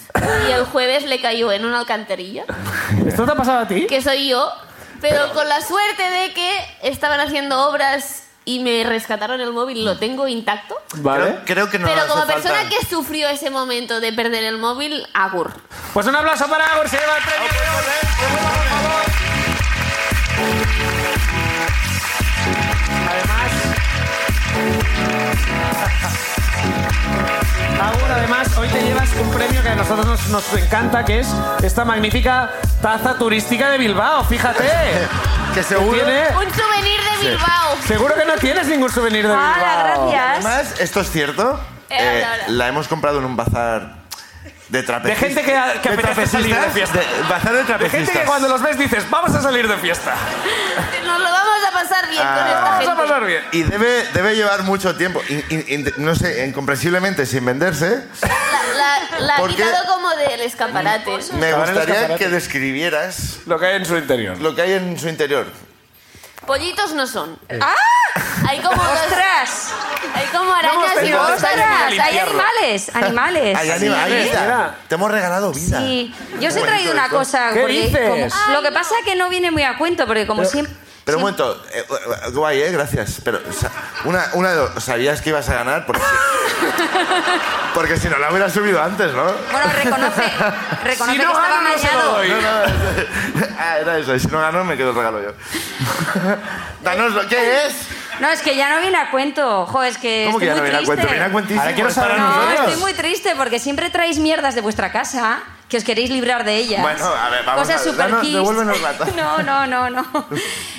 y el jueves le cayó en una alcantarilla, ¿Esto te ha pasado a ti? que soy yo, pero, con la suerte de que estaban haciendo obras y me rescataron el móvil y lo tengo intacto. Vale. Creo, creo que no pero hace como falta- persona que sufrió ese momento de perder el móvil, agur. Pues un aplauso para Agur, se lleva el premio de hoy. Además. Agur, además, hoy te llevas un premio que a nosotros nos, nos encanta, que es esta magnífica taza turística de Bilbao, fíjate. Que seguro. Tiene- Un souvenir de Bilbao. Seguro que no tienes ningún souvenir de Bilbao. Hola, gracias. Además, esto es cierto. Eh, eh, habla, habla. la hemos comprado en un bazar de trapecistas. gente que- que de apetece salir de trapecistas, fiesta. de- bazar de Hay trapecistas. gente que cuando los ves dices, vamos a salir de fiesta. Nos lo vamos a pasar bien con Ah. esta Vamos gente. a pasar bien. Y debe, debe llevar mucho tiempo, in- in- in- no sé, incomprensiblemente sin venderse. La, la- la ha Porque- quitado como del escaparate. Me Acabar en el gustaría escaparate. que describieras Lo que hay en su interior. lo que hay en su interior. Pollitos no son. ¡Ah! Hay como dos- ¡Ostras! hay como arañas No hemos y tenido- ostras. ¡Ostras! Hay limpiarlo. animales, animales. Hay Sí. anima- hay vida. mira. Te hemos regalado vida. Sí, yo Qué os he bonito traído una esto. cosa. ¿Qué porque dices? como- lo que pasa es que no viene muy a cuento, porque como siempre... Pero un siempre- momento, eh, eh, guay, ¿eh? Gracias. Pero sa- una, una de dos, sabías que ibas a ganar porque si, porque si no la hubieras subido antes, ¿no? Bueno, reconoce, reconoce Si que no estaba gano, no se lo mañado. doy. No, no, ah, era eso. y Si no gano, me quedo el regalo yo. Danos lo que es. No, es que ya no viene a cuento. Jo, es que ¿Cómo que ya estoy no muy viene a triste. cuento? Viene a cuentísimo. Ahora quiero saber a Para No, nosotros. estoy muy triste porque siempre traéis mierdas de vuestra casa que os queréis librar de ellas. Bueno, a ver, vamos Cosas a ver. super Danos- devuélvenos la taza. No, no, no, no.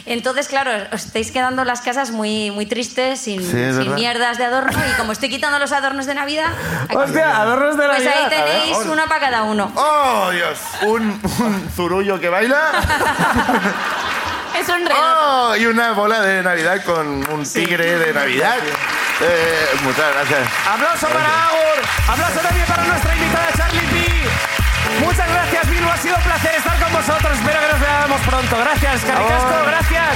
Entonces, claro, os estáis quedando las casas muy, muy tristes, sin, Sí, es sin verdad. mierdas de adorno. Y como estoy quitando los adornos de Navidad, aquí- Hostia, adornos de pues Navidad. ahí A ver. tenéis uno para cada uno. ¡Oh, Dios! Un, un zurullo que baila Es un reloj. ¡Oh! y una bola de Navidad con un tigre de Navidad. Eh, muchas gracias. Aplauso para Agur. Aplauso también para nuestra invitada Charlie P. Muchas gracias, Bilbo. Ha sido un placer estar con vosotros. Espero que nos veamos pronto. Gracias, Caricasco. Gracias.